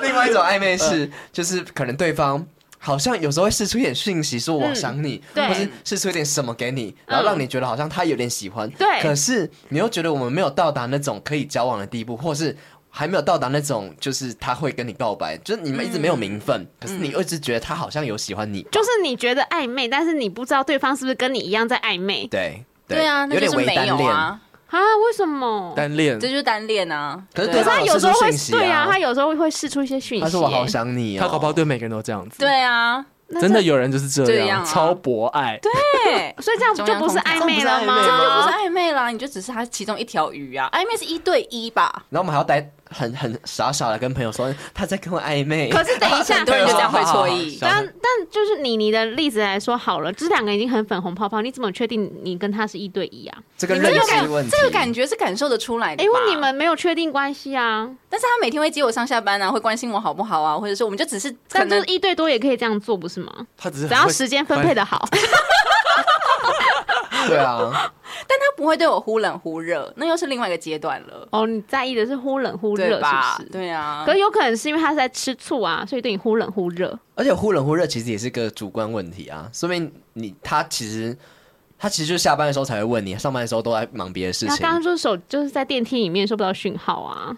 [SPEAKER 3] 另外一种暧昧
[SPEAKER 4] 嗯
[SPEAKER 3] 是，就是可能对方好像有时候会试出一点讯息，说我想你，
[SPEAKER 4] 嗯
[SPEAKER 2] 对
[SPEAKER 3] 或是试出一点什么给你，然后让你觉得好像他有点喜欢，
[SPEAKER 2] 对
[SPEAKER 3] 可是你又觉得我们没有到达那种可以交往的地步，或是。还没有到达那种，就是他会跟你告白，就是你们一直没有名分，
[SPEAKER 4] 嗯
[SPEAKER 3] 可是你又一直觉得他好像有喜欢你，
[SPEAKER 2] 就是你觉得暧昧，但是你不知道对方是不是跟你一样在暧昧
[SPEAKER 3] 对
[SPEAKER 4] 对啊，
[SPEAKER 3] 有
[SPEAKER 4] 那就
[SPEAKER 3] 点
[SPEAKER 4] 是
[SPEAKER 3] 微
[SPEAKER 4] 没
[SPEAKER 3] 单
[SPEAKER 4] 有
[SPEAKER 3] 恋。
[SPEAKER 4] 啊，
[SPEAKER 2] 啊？为什么？
[SPEAKER 5] 单恋
[SPEAKER 4] 这，就是单恋啊。
[SPEAKER 3] 可是
[SPEAKER 4] 对
[SPEAKER 3] 对
[SPEAKER 2] 可
[SPEAKER 4] 啊
[SPEAKER 2] 是他有时候会
[SPEAKER 3] 他有试出讯息啊
[SPEAKER 2] 对啊，他有时候会试出一些讯息。欸
[SPEAKER 3] 他说我好想你哦，
[SPEAKER 5] 他搞不好对每个人都这样子。
[SPEAKER 4] 对啊，
[SPEAKER 2] 那这
[SPEAKER 5] 真的有人就是这
[SPEAKER 4] 这
[SPEAKER 5] 样，
[SPEAKER 4] 样啊
[SPEAKER 5] 超博爱。对，
[SPEAKER 4] 对，
[SPEAKER 2] 所以这样就不是暧昧了吗？
[SPEAKER 3] 这样
[SPEAKER 4] 那 就不是
[SPEAKER 2] 暧
[SPEAKER 4] 暧昧啦，你就只是他其中一条鱼啊。暧昧是一对一吧？
[SPEAKER 3] 然后我们还要待很很傻傻的跟朋友说他在跟我暧昧，
[SPEAKER 2] 可是等一下
[SPEAKER 4] 很多人就这样会错
[SPEAKER 5] 好好
[SPEAKER 4] 意
[SPEAKER 5] 好。
[SPEAKER 2] 但但就是你你的例子来说好了，这两个已经很粉红泡泡，你怎么确定你跟他是一对一啊？
[SPEAKER 3] 这个
[SPEAKER 4] 你们
[SPEAKER 3] 认
[SPEAKER 4] 这个
[SPEAKER 3] 知问
[SPEAKER 4] 感
[SPEAKER 3] 题，
[SPEAKER 4] 这个感觉是感受得出来的吧。
[SPEAKER 2] 哎因为你们没有确定关系啊，
[SPEAKER 4] 但是他每天会接我上下班啊，会关心我好不好啊，或者是我们就只是可
[SPEAKER 2] 但就
[SPEAKER 4] 能
[SPEAKER 2] 是一对多也可以这样做，不 是吗？
[SPEAKER 5] 他只是
[SPEAKER 2] 只要时间分配的好，
[SPEAKER 3] 对啊，
[SPEAKER 4] 但他不会对我忽冷忽热，那又是另外一个阶段了，
[SPEAKER 2] 哦，你在意的是忽冷忽热，
[SPEAKER 4] 对吧
[SPEAKER 2] 是不？是？
[SPEAKER 4] 对啊
[SPEAKER 2] 可，有可能是因为他是在吃醋啊，所以对你忽冷忽热。
[SPEAKER 3] 而且忽冷忽热其实也是个主观问题啊，说明你他其实他其实就下班的时候才会问你，上班的时候都在忙别的事
[SPEAKER 2] 他
[SPEAKER 3] 情
[SPEAKER 2] 刚。刚就是手就是在电梯里面收不到讯号啊，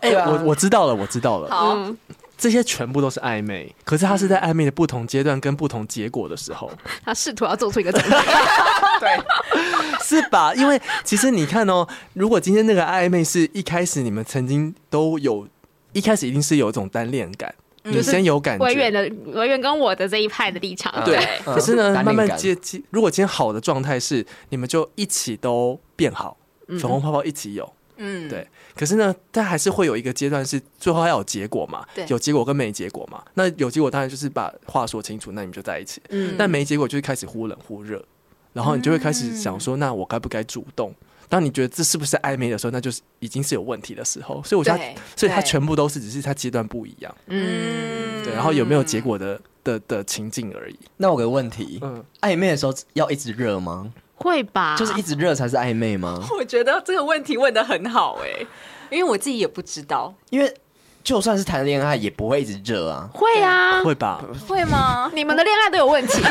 [SPEAKER 5] 哎、
[SPEAKER 1] 对啊
[SPEAKER 5] 我我知道了，我知道了，
[SPEAKER 4] 好，
[SPEAKER 2] 嗯，
[SPEAKER 5] 这些全部都是暧昧，可是他是在暧昧的不同阶段跟不同结果的时候，
[SPEAKER 2] 他试图要做 出一个总结，
[SPEAKER 1] 对，
[SPEAKER 5] 是吧？因为其实你看哦，如果今天那个暧昧是一开始你们曾经都有，一开始一定是有一种单恋感，你
[SPEAKER 2] 就是
[SPEAKER 5] 先有感
[SPEAKER 2] 维远
[SPEAKER 5] 觉。
[SPEAKER 2] 的维远跟我的这一派的立场，啊
[SPEAKER 5] 对
[SPEAKER 4] 对，
[SPEAKER 5] 可是呢，
[SPEAKER 3] 单恋
[SPEAKER 5] 慢慢
[SPEAKER 3] 感
[SPEAKER 5] 接接，如果今天好的状态是你们就一起都变好，粉红泡泡一起有，
[SPEAKER 4] 嗯
[SPEAKER 5] 对可是呢，但还是会有一个阶段是最后要有结果嘛
[SPEAKER 4] 对，
[SPEAKER 5] 有结果跟没结果嘛。那有结果当然就是把话说清楚，那你们就在一起。
[SPEAKER 2] 嗯
[SPEAKER 5] 但没结果就是开始忽冷忽热，然后你就会开始想
[SPEAKER 2] 嗯
[SPEAKER 5] 说，那我该不该主动？当你觉得这是不是暧昧的时候，那就是已经是有问题的时候。所以我觉得
[SPEAKER 4] 对
[SPEAKER 5] 它，所以它
[SPEAKER 4] 对
[SPEAKER 5] 全部都是只是它阶段不一样，
[SPEAKER 4] 嗯
[SPEAKER 5] 对。然后有没有结果的的的情境而已。
[SPEAKER 3] 那我有个问题，
[SPEAKER 5] 嗯，
[SPEAKER 3] 暧昧的时候要一直热吗？
[SPEAKER 2] 会
[SPEAKER 4] 啊
[SPEAKER 2] 吧？
[SPEAKER 3] 就是一直热才是暧昧吗？
[SPEAKER 4] 我觉得这个问题问的很好哎、因为我自己也不知道，
[SPEAKER 3] 因为就算是谈恋爱，也不会一直热啊，
[SPEAKER 2] 会啊，
[SPEAKER 5] 会吧？
[SPEAKER 4] 会吗？
[SPEAKER 2] 你们的恋爱都有问题，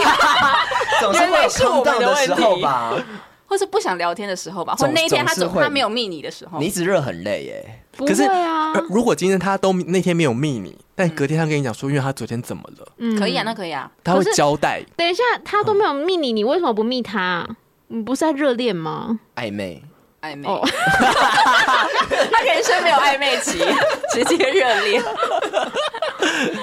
[SPEAKER 3] 总是
[SPEAKER 4] 原
[SPEAKER 3] 会
[SPEAKER 4] 来
[SPEAKER 3] 有
[SPEAKER 4] 是我
[SPEAKER 3] 空
[SPEAKER 4] 们
[SPEAKER 3] 荡
[SPEAKER 4] 的
[SPEAKER 3] 的
[SPEAKER 4] 问
[SPEAKER 3] 时
[SPEAKER 4] 题
[SPEAKER 3] 候吧。
[SPEAKER 4] 或是不想聊天的时候吧，或
[SPEAKER 3] 总
[SPEAKER 4] 者那一天他
[SPEAKER 3] 总是
[SPEAKER 4] 总
[SPEAKER 3] 会
[SPEAKER 4] 他没有密你的时候，
[SPEAKER 3] 你一直热很累耶、
[SPEAKER 2] 不
[SPEAKER 5] 可是
[SPEAKER 2] 会啊
[SPEAKER 5] 呃，如果今天他都那天没有密你，但隔天他跟你讲说，因为他昨天怎么了，
[SPEAKER 2] 嗯
[SPEAKER 4] 可以啊，那可以啊，
[SPEAKER 5] 他
[SPEAKER 2] 可
[SPEAKER 5] 会
[SPEAKER 2] 是
[SPEAKER 5] 交代。
[SPEAKER 2] 等一下，他都没有密你，你为什么不密他？你不是在热恋吗？
[SPEAKER 3] 暧昧。
[SPEAKER 4] 暧昧。
[SPEAKER 2] 哦
[SPEAKER 4] 他人生没有暧昧期，直接热恋。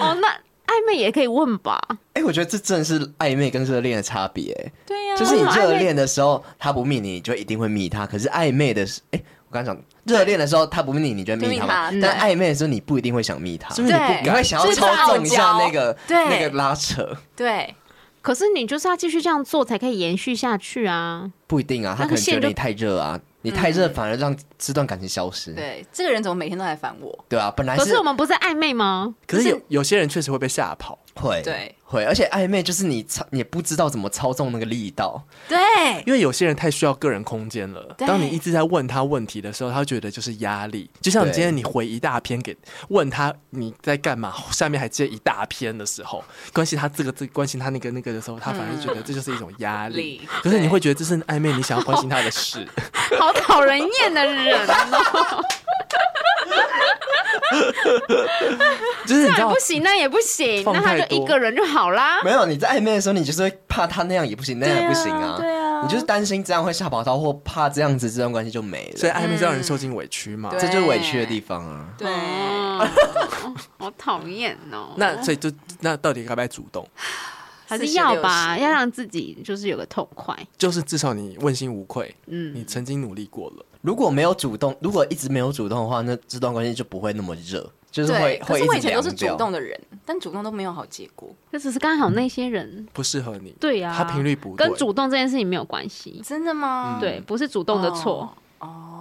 [SPEAKER 2] 哦，那暧昧也可以问吧？
[SPEAKER 3] 哎、我觉得这正是暧昧跟热恋的差别、
[SPEAKER 4] 对呀、
[SPEAKER 3] 就是你
[SPEAKER 2] 啊为什么暧昧
[SPEAKER 3] 热恋的时候他不密你，你就一定会密他；可是暧昧的时，哎、我刚刚讲热恋的时候他不密你，你就会密他嘛
[SPEAKER 4] 就密。他
[SPEAKER 3] 但暧昧的时候你不一定会想密他，
[SPEAKER 5] 是不是你不
[SPEAKER 4] 对
[SPEAKER 3] 你会想要操纵一下那个
[SPEAKER 4] 就是傲娇对
[SPEAKER 3] 那个拉扯。
[SPEAKER 4] 对，
[SPEAKER 2] 可是你就是要继续这样做，才可以延续下去啊！
[SPEAKER 3] 不一定啊，他
[SPEAKER 2] 那
[SPEAKER 3] 可
[SPEAKER 2] 个
[SPEAKER 3] 能觉得
[SPEAKER 2] 线就嗯
[SPEAKER 3] 你太热啊，你太热反而让这段感情消失。
[SPEAKER 4] 对，这个人怎么每天都来烦我？
[SPEAKER 3] 对啊，本来
[SPEAKER 2] 可是
[SPEAKER 3] 是
[SPEAKER 2] 我们不是在暧昧吗？
[SPEAKER 5] 可是有有些人确实会被吓跑。
[SPEAKER 3] 会
[SPEAKER 4] 对
[SPEAKER 3] 会，而且暧昧就是你操，你也不知道怎么操纵那个力道。
[SPEAKER 4] 对，
[SPEAKER 5] 因为有些人太需要个人空间了。
[SPEAKER 4] 对
[SPEAKER 5] 当你一直在问他问题的时候，他会觉得就是压力。就像你
[SPEAKER 3] 对
[SPEAKER 5] 今天你回一大篇给问他你在干嘛，下面还接一大篇的时候，关心他这个这关心他那个那个的时候，他反而觉得这就是一种压力
[SPEAKER 4] 力。
[SPEAKER 5] 可是你会觉得这是暧昧，你想要关心他的事。
[SPEAKER 2] 好讨人厌的 人哦，
[SPEAKER 5] 就是你
[SPEAKER 2] 这
[SPEAKER 5] 知
[SPEAKER 2] 样
[SPEAKER 5] 道
[SPEAKER 2] 也不，行，那也不行，
[SPEAKER 5] 放
[SPEAKER 2] 那他
[SPEAKER 5] 太
[SPEAKER 2] 就一
[SPEAKER 5] 多
[SPEAKER 2] 个人就好啦。
[SPEAKER 3] 没有，你在暧昧的时候，你就是会怕他那样也不行，那样也不行啊。对啊，你就是担心这样会吓跑他，或怕这样子这段关系就没
[SPEAKER 5] 所以
[SPEAKER 3] 了。
[SPEAKER 5] 暧昧是让人受尽委屈嘛。
[SPEAKER 4] 对
[SPEAKER 3] 这就是委屈的地方啊。
[SPEAKER 4] 对，
[SPEAKER 2] 哦，好讨厌哦。
[SPEAKER 5] 那所以就那到底该不该主动？
[SPEAKER 2] 还是要吧，
[SPEAKER 4] 46
[SPEAKER 2] 要让自己就是有个痛快。
[SPEAKER 5] 就是至少你问心无愧，
[SPEAKER 2] 嗯
[SPEAKER 5] 你曾经努力过了。
[SPEAKER 3] 如果没有主动，如果一直没有主动的话，那这段关系就不会那么热，就是
[SPEAKER 4] 对
[SPEAKER 3] 会。
[SPEAKER 4] 可
[SPEAKER 3] 会
[SPEAKER 4] 是
[SPEAKER 3] 一
[SPEAKER 4] 我以
[SPEAKER 3] 直
[SPEAKER 4] 前都是
[SPEAKER 3] 凉
[SPEAKER 4] 主
[SPEAKER 3] 掉。
[SPEAKER 4] 动的人，但主动都没有好结果，
[SPEAKER 2] 这只是刚好那些人，
[SPEAKER 5] 不适合你，
[SPEAKER 2] 对啊，
[SPEAKER 5] 他频率不对，嗯
[SPEAKER 2] 跟主动这件事情没有关系，
[SPEAKER 4] 真的吗？
[SPEAKER 2] 对，不是主动的错，
[SPEAKER 4] 哦。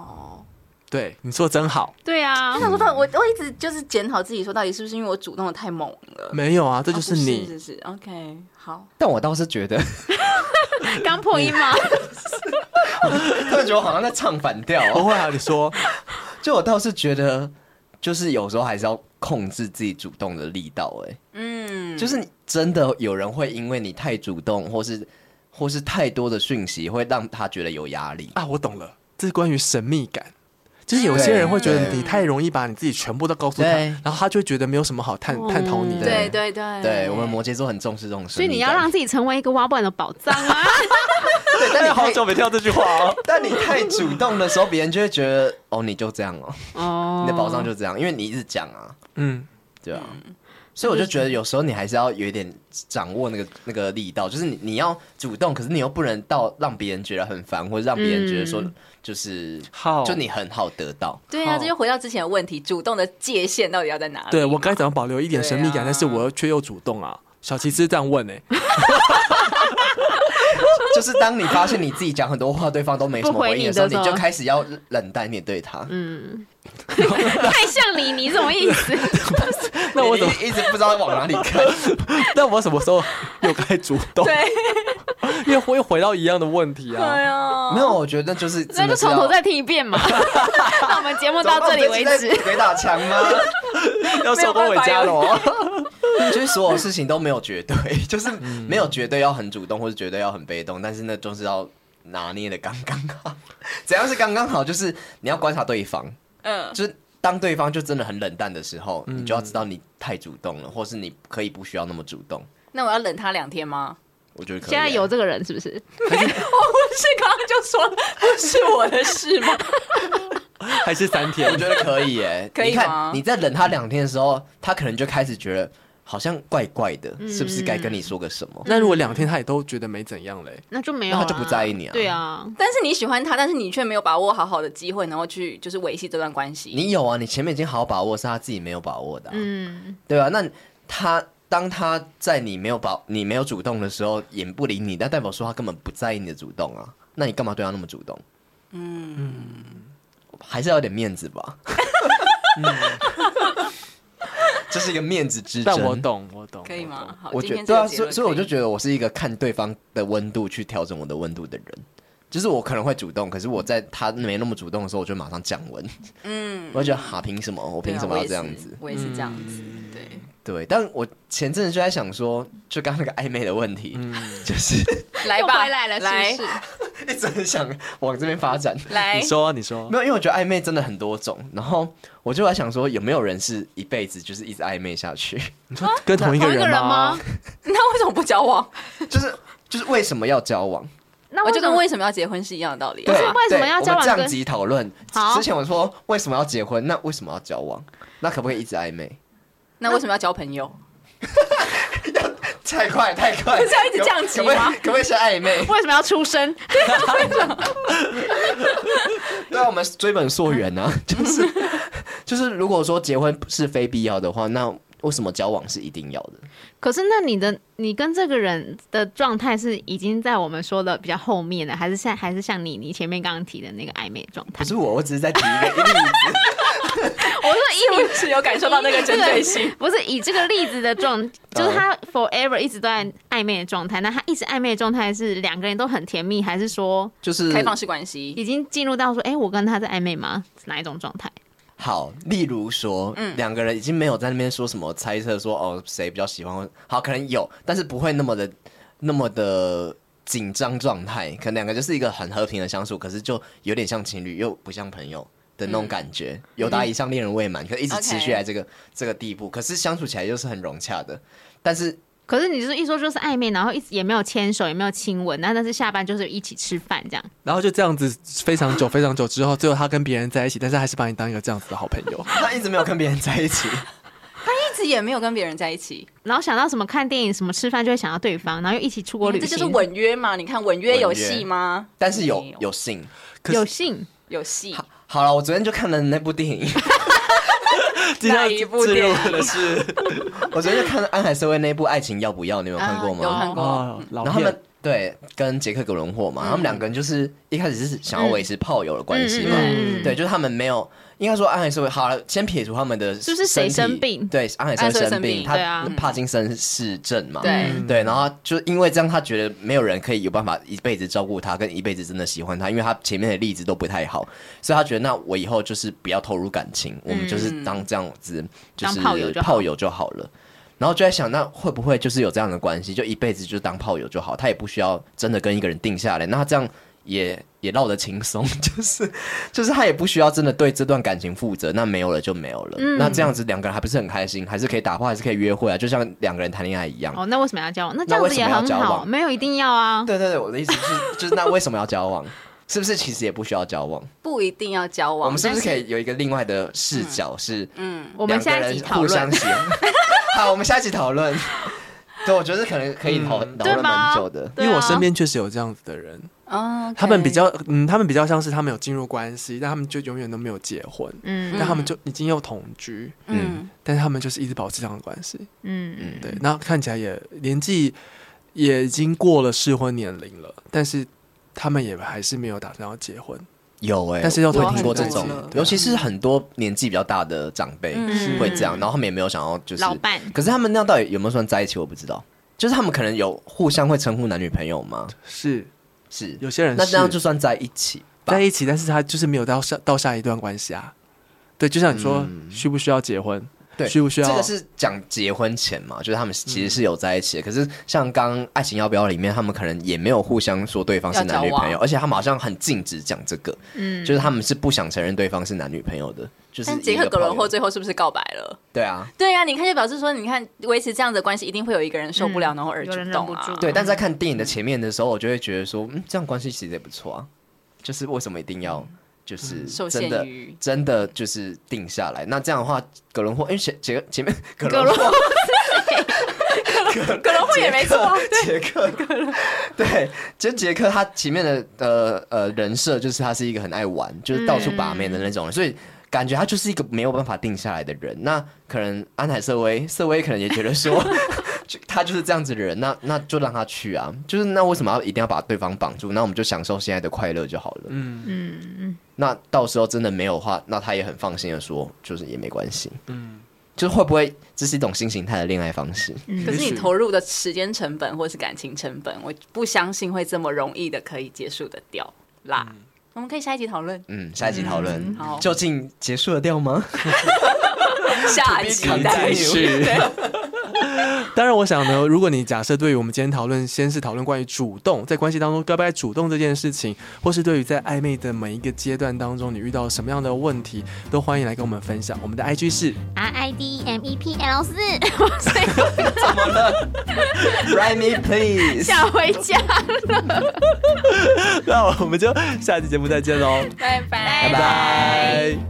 [SPEAKER 5] 对你说得真好，
[SPEAKER 2] 对啊
[SPEAKER 4] 我，想说到我，我一直就是检讨自己，说到底是不是因为我主动的太猛了？
[SPEAKER 5] 没有啊，这
[SPEAKER 4] 这
[SPEAKER 5] 就是
[SPEAKER 4] 是
[SPEAKER 5] 你，
[SPEAKER 4] 是是 OK，好，
[SPEAKER 3] 但我倒是觉得，
[SPEAKER 2] 刚破音吗？
[SPEAKER 3] 突然觉得我好像在唱反调、哦。
[SPEAKER 5] 不会啊，你说。
[SPEAKER 3] 就我倒是觉得，就是有时候还是要控制自己主动的力道、欸。
[SPEAKER 4] 嗯，
[SPEAKER 3] 就是你真的有人会因为你太主动，或是或是太多的讯息，会让他觉得有压力。
[SPEAKER 5] 啊，我懂了，这是关于神秘感。就是有些人会觉得
[SPEAKER 3] 对
[SPEAKER 5] 你太容易把你自己全部都告诉他，
[SPEAKER 3] 对
[SPEAKER 5] 然后他就会觉得没有什么好探探讨你的。
[SPEAKER 4] 哦对对对，
[SPEAKER 3] 对我们摩羯座很重视这种
[SPEAKER 2] 所
[SPEAKER 3] 神
[SPEAKER 2] 以
[SPEAKER 3] 秘感，
[SPEAKER 2] 你要让自己成为一个挖不完的宝藏 啊！
[SPEAKER 3] 对， 但你太
[SPEAKER 5] 没听到这句话哦。
[SPEAKER 3] 但你太主动的时候，别人就会觉得哦，你就这样哦，
[SPEAKER 2] 哦
[SPEAKER 3] 你的宝藏就这样，因为你一直讲啊，
[SPEAKER 5] 嗯，
[SPEAKER 3] 对啊。所以我就觉得，有时候你还是要有一点掌握那个那个力道，就是你你要主动，可是你又不能到让别人觉得很烦，或者让别人觉得说
[SPEAKER 2] 嗯
[SPEAKER 3] 就是、
[SPEAKER 5] 好，
[SPEAKER 3] 就你很好得到。
[SPEAKER 4] 对啊，
[SPEAKER 5] 好
[SPEAKER 4] 这就回到之前的问题，主动的界限到底要在哪里？
[SPEAKER 5] 对我该怎么保留一点神秘
[SPEAKER 4] 对
[SPEAKER 5] 感，
[SPEAKER 4] 啊
[SPEAKER 5] 但是我又却又主动啊？小琪是这样问呢、欸
[SPEAKER 3] 就是当你发现你自己讲很多话，对方都没什么回应的时候，
[SPEAKER 2] 不回你的时候
[SPEAKER 3] 你就开始要冷淡一点对他。
[SPEAKER 2] 嗯，太像你，你什么意 思？
[SPEAKER 5] 啊那我怎么？
[SPEAKER 3] 一一直不知道往哪里看？
[SPEAKER 5] 那我什么时候又该主动？
[SPEAKER 4] 对
[SPEAKER 5] 因为我 又回到一样的问题
[SPEAKER 4] 对
[SPEAKER 5] 啊。
[SPEAKER 4] 啊，
[SPEAKER 3] 没有，我觉得就是
[SPEAKER 2] 那
[SPEAKER 3] 真
[SPEAKER 2] 就
[SPEAKER 3] 的是
[SPEAKER 2] 从
[SPEAKER 3] 要
[SPEAKER 2] 头再听一遍 嘛。那我们节目到这里
[SPEAKER 3] 怎么办我们
[SPEAKER 2] 为
[SPEAKER 3] 这
[SPEAKER 2] 止
[SPEAKER 3] 是。在鬼打墙吗？
[SPEAKER 5] 要收工回家了哦。
[SPEAKER 3] 就是所有事情都没有绝对， 就是没有绝对要很主动，或者绝对要很被动，但是那就是要 拿捏的刚刚好。怎样是刚刚好？就是你要观察对方，
[SPEAKER 4] 嗯，
[SPEAKER 3] 就是当对方就真的很冷淡的时候，你就要知道你太主动了，或是你可以不需要那么主动。
[SPEAKER 4] 那我要冷他两天吗？
[SPEAKER 3] 我觉得可以啊。
[SPEAKER 2] 现在有这个人是不是？
[SPEAKER 4] 我不是刚刚就说不是我的事吗？
[SPEAKER 5] 还是三天
[SPEAKER 3] 我？觉得可以 耶，
[SPEAKER 4] 可以
[SPEAKER 3] 你
[SPEAKER 4] 吗
[SPEAKER 3] 看你在忍他两天的时候，他可能就开始觉得好像怪怪的，是不是该
[SPEAKER 2] 嗯
[SPEAKER 3] 跟你说个什么？
[SPEAKER 5] 那如果两天他也都觉得没怎样嘞，
[SPEAKER 2] 那就没有
[SPEAKER 3] 那
[SPEAKER 2] 啦，
[SPEAKER 3] 他就不在意你啊
[SPEAKER 2] 对啊，
[SPEAKER 4] 但是你喜欢他，但是你却没有把握好好的机会，然后去就是维系这段关系。
[SPEAKER 3] 你有啊，你前面已经好好把握，是他自己没有把握的啊、
[SPEAKER 2] 嗯，
[SPEAKER 3] 对吧、那他当他在你没有把你没有主动的时候，也不理你，那代表说他根本不在意你的主动啊。那你干嘛对他那么主动？嗯，还是要有点面子吧。嗯这是一个面子之争。
[SPEAKER 5] 但我懂，我懂，
[SPEAKER 4] 可以
[SPEAKER 5] 我
[SPEAKER 4] 吗
[SPEAKER 5] 懂？？
[SPEAKER 4] 好，
[SPEAKER 3] 我
[SPEAKER 4] 今
[SPEAKER 3] 觉得
[SPEAKER 4] 天
[SPEAKER 3] 对
[SPEAKER 4] 这
[SPEAKER 3] 啊，
[SPEAKER 4] 个结
[SPEAKER 3] 所以
[SPEAKER 4] 论
[SPEAKER 3] 所以我就
[SPEAKER 4] 得
[SPEAKER 3] 觉得我是一个看对方的温度去调整我的温度的人，就是我可能会主动，可是我在他没那么主动的时候，我就马上降温，
[SPEAKER 4] 嗯，
[SPEAKER 3] 我就觉得哈，凭什么？我凭什么要这样子嗯
[SPEAKER 4] 对啊？我也是我也是这样子，对。
[SPEAKER 3] 对，但我前阵子就在想说，就刚刚那个暧昧的问题，就是
[SPEAKER 4] 来
[SPEAKER 2] 又
[SPEAKER 4] 吧，
[SPEAKER 2] 回来了，
[SPEAKER 4] 哎来
[SPEAKER 2] 是不是？
[SPEAKER 3] 一直很想往这边发展。
[SPEAKER 4] 来
[SPEAKER 5] 你，说啊，你说
[SPEAKER 3] 没，有，因为我觉得暧昧真的很多种，然后我就在想说，有没有人是一辈子就是一直暧昧下去？
[SPEAKER 5] 你说跟同一个
[SPEAKER 2] 同一个
[SPEAKER 5] 人
[SPEAKER 2] 人吗？？
[SPEAKER 4] 那为什么不交往？
[SPEAKER 3] 就是就是为什么要交往？
[SPEAKER 2] 那
[SPEAKER 4] 我
[SPEAKER 2] 为
[SPEAKER 4] 就
[SPEAKER 2] 什
[SPEAKER 4] 跟
[SPEAKER 2] 么
[SPEAKER 4] 为什么要结婚是一样的道理啊
[SPEAKER 3] 对，。
[SPEAKER 2] 为什么要交
[SPEAKER 3] 对我
[SPEAKER 2] 往
[SPEAKER 3] 们
[SPEAKER 2] 跟
[SPEAKER 3] 降级讨论。
[SPEAKER 2] 好
[SPEAKER 3] 之前我说为什么要结婚，那为什么要交往？那可不可以一直暧昧？
[SPEAKER 4] 那为什么要交朋 友？
[SPEAKER 3] 太快太快！
[SPEAKER 4] 不是要一直降级
[SPEAKER 3] 可不可以
[SPEAKER 4] 吗
[SPEAKER 3] 可不可以先暧昧？
[SPEAKER 2] 为什么要出生？
[SPEAKER 3] 对啊，我们追本溯源 啊，就是就是，如果说结婚是非必要的话，那为什么交往是一定要的？
[SPEAKER 2] 可是那你的你跟这个人的状态是已经在我们说的比较后面了，还是像还是像你你前面刚刚提的那个暧昧状态
[SPEAKER 3] 不？是我，我只是在提一个例子。
[SPEAKER 2] 我说以你
[SPEAKER 4] 是有感受到那个针对 性。
[SPEAKER 2] 不是以这个例子的 状，就是他 forever 一直都在暧昧的状态。那他一直暧昧的状态是两个人都很甜蜜，还是说
[SPEAKER 3] 就是
[SPEAKER 4] 开放式关系，
[SPEAKER 2] 已经进入到说，哎、我跟他在暧昧吗？是哪一种状态？
[SPEAKER 3] 好，例如说，
[SPEAKER 4] 嗯
[SPEAKER 3] 两个人已经没有在那边说什么猜测说哦谁比较喜欢，或好可能有，但是不会那么的那么的紧张状态，可能两个就是一个很和平的相处，可是就有点像情侣又不像朋友。的
[SPEAKER 4] 嗯
[SPEAKER 3] 那种感觉，有达以上恋人未满，可一直持续
[SPEAKER 4] OK
[SPEAKER 3] 来这个这个地步，可是相处起来又是很融洽的。但是
[SPEAKER 2] 可是你就是一说就是暧昧，然后一直也没有牵手，也没有亲吻，那但是下班就是一起吃饭这样。
[SPEAKER 5] 然后就这样子非常久，非常久之后，最后他跟别人在一起，但是还是把你当一个这样子的好朋 友。
[SPEAKER 3] 他一直没有跟别人在一 起，
[SPEAKER 4] 一直也没有跟别人在一起，
[SPEAKER 2] 然后想到什么看电影、什么吃饭，就会想到对方，然后又一起出国
[SPEAKER 4] 我
[SPEAKER 2] 旅
[SPEAKER 4] 哦这
[SPEAKER 2] 行，
[SPEAKER 4] 就是吻约嘛？你看吻约有戏吗？
[SPEAKER 3] 但是有
[SPEAKER 4] 没
[SPEAKER 3] 有性。
[SPEAKER 5] 可
[SPEAKER 2] 有
[SPEAKER 5] 是
[SPEAKER 2] 性。
[SPEAKER 4] 有戏，
[SPEAKER 3] 好了，我昨天就看了那部电 影，
[SPEAKER 5] 今天
[SPEAKER 4] 哪一部
[SPEAKER 5] 自
[SPEAKER 4] 电
[SPEAKER 5] 入
[SPEAKER 4] 影
[SPEAKER 5] 的是
[SPEAKER 3] 我昨天就看了安海瑟薇那部《爱情要不要》，你有看过吗？
[SPEAKER 4] 啊有看过
[SPEAKER 5] 哦，老
[SPEAKER 3] 然后他
[SPEAKER 5] 片嗯
[SPEAKER 3] 们对啊跟杰克·葛伦霍嘛，他们两个人就是一开始是想要维持炮友的关系嘛，
[SPEAKER 2] 嗯嗯嗯
[SPEAKER 3] 对，就是他们没有，应该说安海瑟薇好了，先撇除他们的
[SPEAKER 2] 就是
[SPEAKER 3] 身
[SPEAKER 2] 谁
[SPEAKER 3] 体
[SPEAKER 2] 生病
[SPEAKER 3] 对，安海
[SPEAKER 4] 安海
[SPEAKER 3] 瑟
[SPEAKER 4] 瑟薇
[SPEAKER 3] 薇
[SPEAKER 4] 生
[SPEAKER 3] 生
[SPEAKER 4] 病
[SPEAKER 3] 病，
[SPEAKER 2] 对啊
[SPEAKER 3] 他
[SPEAKER 5] 嗯
[SPEAKER 3] 帕金森氏症嘛，
[SPEAKER 4] 对
[SPEAKER 3] 对，然后就因为这样，他觉得没有人可以有办法一辈子照顾他，跟一辈子真的喜欢他，因为他前面的例子都不太好，所以他觉得那我以后就是不要投入感情，我们
[SPEAKER 2] 嗯
[SPEAKER 3] 就是当这样子，就是
[SPEAKER 2] 当炮友就好
[SPEAKER 3] 炮友就好了。然后就在想，那会不会就是有这样的关系，就一辈子就当炮友就好，他也不需要真的跟一个人定下来，那他这样也也落得轻松， 就是就是他也不需要真的对这段感情负责，那没有了就没有了，
[SPEAKER 2] 嗯
[SPEAKER 3] 那这样子两个人还不是很开心，还是可以打炮，还是可以约会啊，就像两个人谈恋爱一样。
[SPEAKER 2] 哦，那为什么要交往？那这
[SPEAKER 3] 那
[SPEAKER 2] 样
[SPEAKER 3] 为
[SPEAKER 2] 子
[SPEAKER 3] 什
[SPEAKER 2] 也
[SPEAKER 3] 么要
[SPEAKER 2] 很
[SPEAKER 3] 交
[SPEAKER 2] 好，
[SPEAKER 3] 往
[SPEAKER 2] 没有一定要啊。
[SPEAKER 3] 对对对，我的意思就是，就是那为什么要交往？ 是不是其实也不需要交往？
[SPEAKER 4] 不一定要交往。
[SPEAKER 3] 我们是不是可
[SPEAKER 4] 但
[SPEAKER 3] 以有一个另外的视角是？
[SPEAKER 4] 嗯，
[SPEAKER 2] 我
[SPEAKER 3] 两
[SPEAKER 2] 们
[SPEAKER 3] 个
[SPEAKER 2] 下一
[SPEAKER 3] 人
[SPEAKER 2] 集讨
[SPEAKER 3] 互
[SPEAKER 2] 论
[SPEAKER 3] 相。 喜欢。好，我们下一集讨论。对，我觉得可能可以讨讨
[SPEAKER 2] 嗯对
[SPEAKER 3] 论
[SPEAKER 2] 吧
[SPEAKER 3] 蛮久的。
[SPEAKER 2] 对
[SPEAKER 5] 因为我身
[SPEAKER 2] 啊
[SPEAKER 5] 边确实有这样子的人，
[SPEAKER 4] 哦，
[SPEAKER 5] 他们比较嗯，他们比较像是他们有进入关系，但他们就永远都没有结婚，
[SPEAKER 2] 嗯
[SPEAKER 5] 但他们就已经有同居，
[SPEAKER 4] 嗯
[SPEAKER 5] 但是他们就是一直保持这样的关系。
[SPEAKER 2] 嗯，
[SPEAKER 3] 嗯，
[SPEAKER 5] 对，那看起来也年纪也已经过了适婚年龄了，但是他们也还是没有打算要结婚，
[SPEAKER 3] 有哎，
[SPEAKER 5] 但是要退
[SPEAKER 3] 听
[SPEAKER 5] 订
[SPEAKER 3] 过
[SPEAKER 5] 单
[SPEAKER 3] 这种
[SPEAKER 5] 了，对啊
[SPEAKER 3] 尤其是很多年纪比较大的长辈
[SPEAKER 4] 嗯
[SPEAKER 3] 会这样，然后他们也没有想要就是
[SPEAKER 2] 老伴
[SPEAKER 3] 可是他们那样到底有没有算在一起，我不知道。就是他们可能有互相会称呼男女朋友吗？
[SPEAKER 5] 是
[SPEAKER 3] 是，
[SPEAKER 5] 有些人
[SPEAKER 3] 那这样
[SPEAKER 5] 是
[SPEAKER 3] 就算在一起吧
[SPEAKER 5] 在。一起，但是他就是没有到下到下一段关系啊。对，就像你说，需不需要结婚？
[SPEAKER 3] 对，
[SPEAKER 5] 需不需要
[SPEAKER 3] 这个是讲结婚前嘛，就是他们其实是有在一起的。可是像刚《爱情要不要》里面，他们可能也没有互相说对方是男
[SPEAKER 4] 要
[SPEAKER 3] 女
[SPEAKER 4] 交往
[SPEAKER 3] 朋友，而且他们好像很禁止讲这个，
[SPEAKER 2] 嗯
[SPEAKER 3] 就是他们是不想承认对方是男女朋友的。就是
[SPEAKER 4] 但杰克·
[SPEAKER 3] 一个
[SPEAKER 4] 格
[SPEAKER 3] 朋友
[SPEAKER 4] 伦霍最后是不是告白了？
[SPEAKER 3] 对啊，
[SPEAKER 4] 对呀、啊，你看就表示说，你看维持这样的关系，一定会有一个人受不了，
[SPEAKER 2] 嗯
[SPEAKER 4] 然后而
[SPEAKER 2] 有人
[SPEAKER 4] 主
[SPEAKER 2] 忍
[SPEAKER 4] 动
[SPEAKER 2] 不
[SPEAKER 4] 啊
[SPEAKER 2] 住。
[SPEAKER 3] 对，但在看电影的前面的时候，我就会觉得说，嗯，这样关系其实也不错啊。就是为什么一定要就是
[SPEAKER 4] 受
[SPEAKER 3] 真
[SPEAKER 4] 限
[SPEAKER 3] 的
[SPEAKER 4] 于
[SPEAKER 3] 真的就是定下来？那这样的话，葛伦霍，因为前前前面葛
[SPEAKER 2] 格
[SPEAKER 3] 伦
[SPEAKER 2] 罗
[SPEAKER 3] 霍，
[SPEAKER 4] 格伦霍也没错啊，
[SPEAKER 3] 杰克，对，其实杰克他前面的呃呃人设就是他是一个很爱玩，就是到处把妹的那种人，所以感觉他就是一个没有办法定下来的人。那可能安海瑟薇，瑟薇可能也觉得 说。就他就是这样子的人，那那就让他去啊！就是那为什么要一定要把对方绑住？那我们就享受现在的快乐就好了。嗯嗯。那到时候真的没有的话，那他也很放心的说，就是也没关系。嗯。就是会不会这是一种新形态的恋爱方式？，
[SPEAKER 4] 可是
[SPEAKER 5] 也
[SPEAKER 4] 你
[SPEAKER 5] 许
[SPEAKER 4] 投入的时间成本或是感情成本，我不相信会这么容易的可以结束的掉啦。我们可以下一集讨论
[SPEAKER 3] 嗯，下一集讨论、
[SPEAKER 4] 好
[SPEAKER 3] 究竟结束得掉吗？
[SPEAKER 4] 下集待续。
[SPEAKER 5] 是。当然，我想呢，如果你假设对于我们今天讨论，先是讨论关于主动，在关系当中该不该主动这件事情，或是对于在暧昧的每一个阶段当中，你遇到什么样的问题，都欢迎来跟我们分享。我们的 IG 是
[SPEAKER 6] R I D M E P L 四，
[SPEAKER 3] Write me please，
[SPEAKER 2] 下回见，
[SPEAKER 5] 那我们就下期节目再见喽，
[SPEAKER 4] 拜拜。
[SPEAKER 5] 拜拜。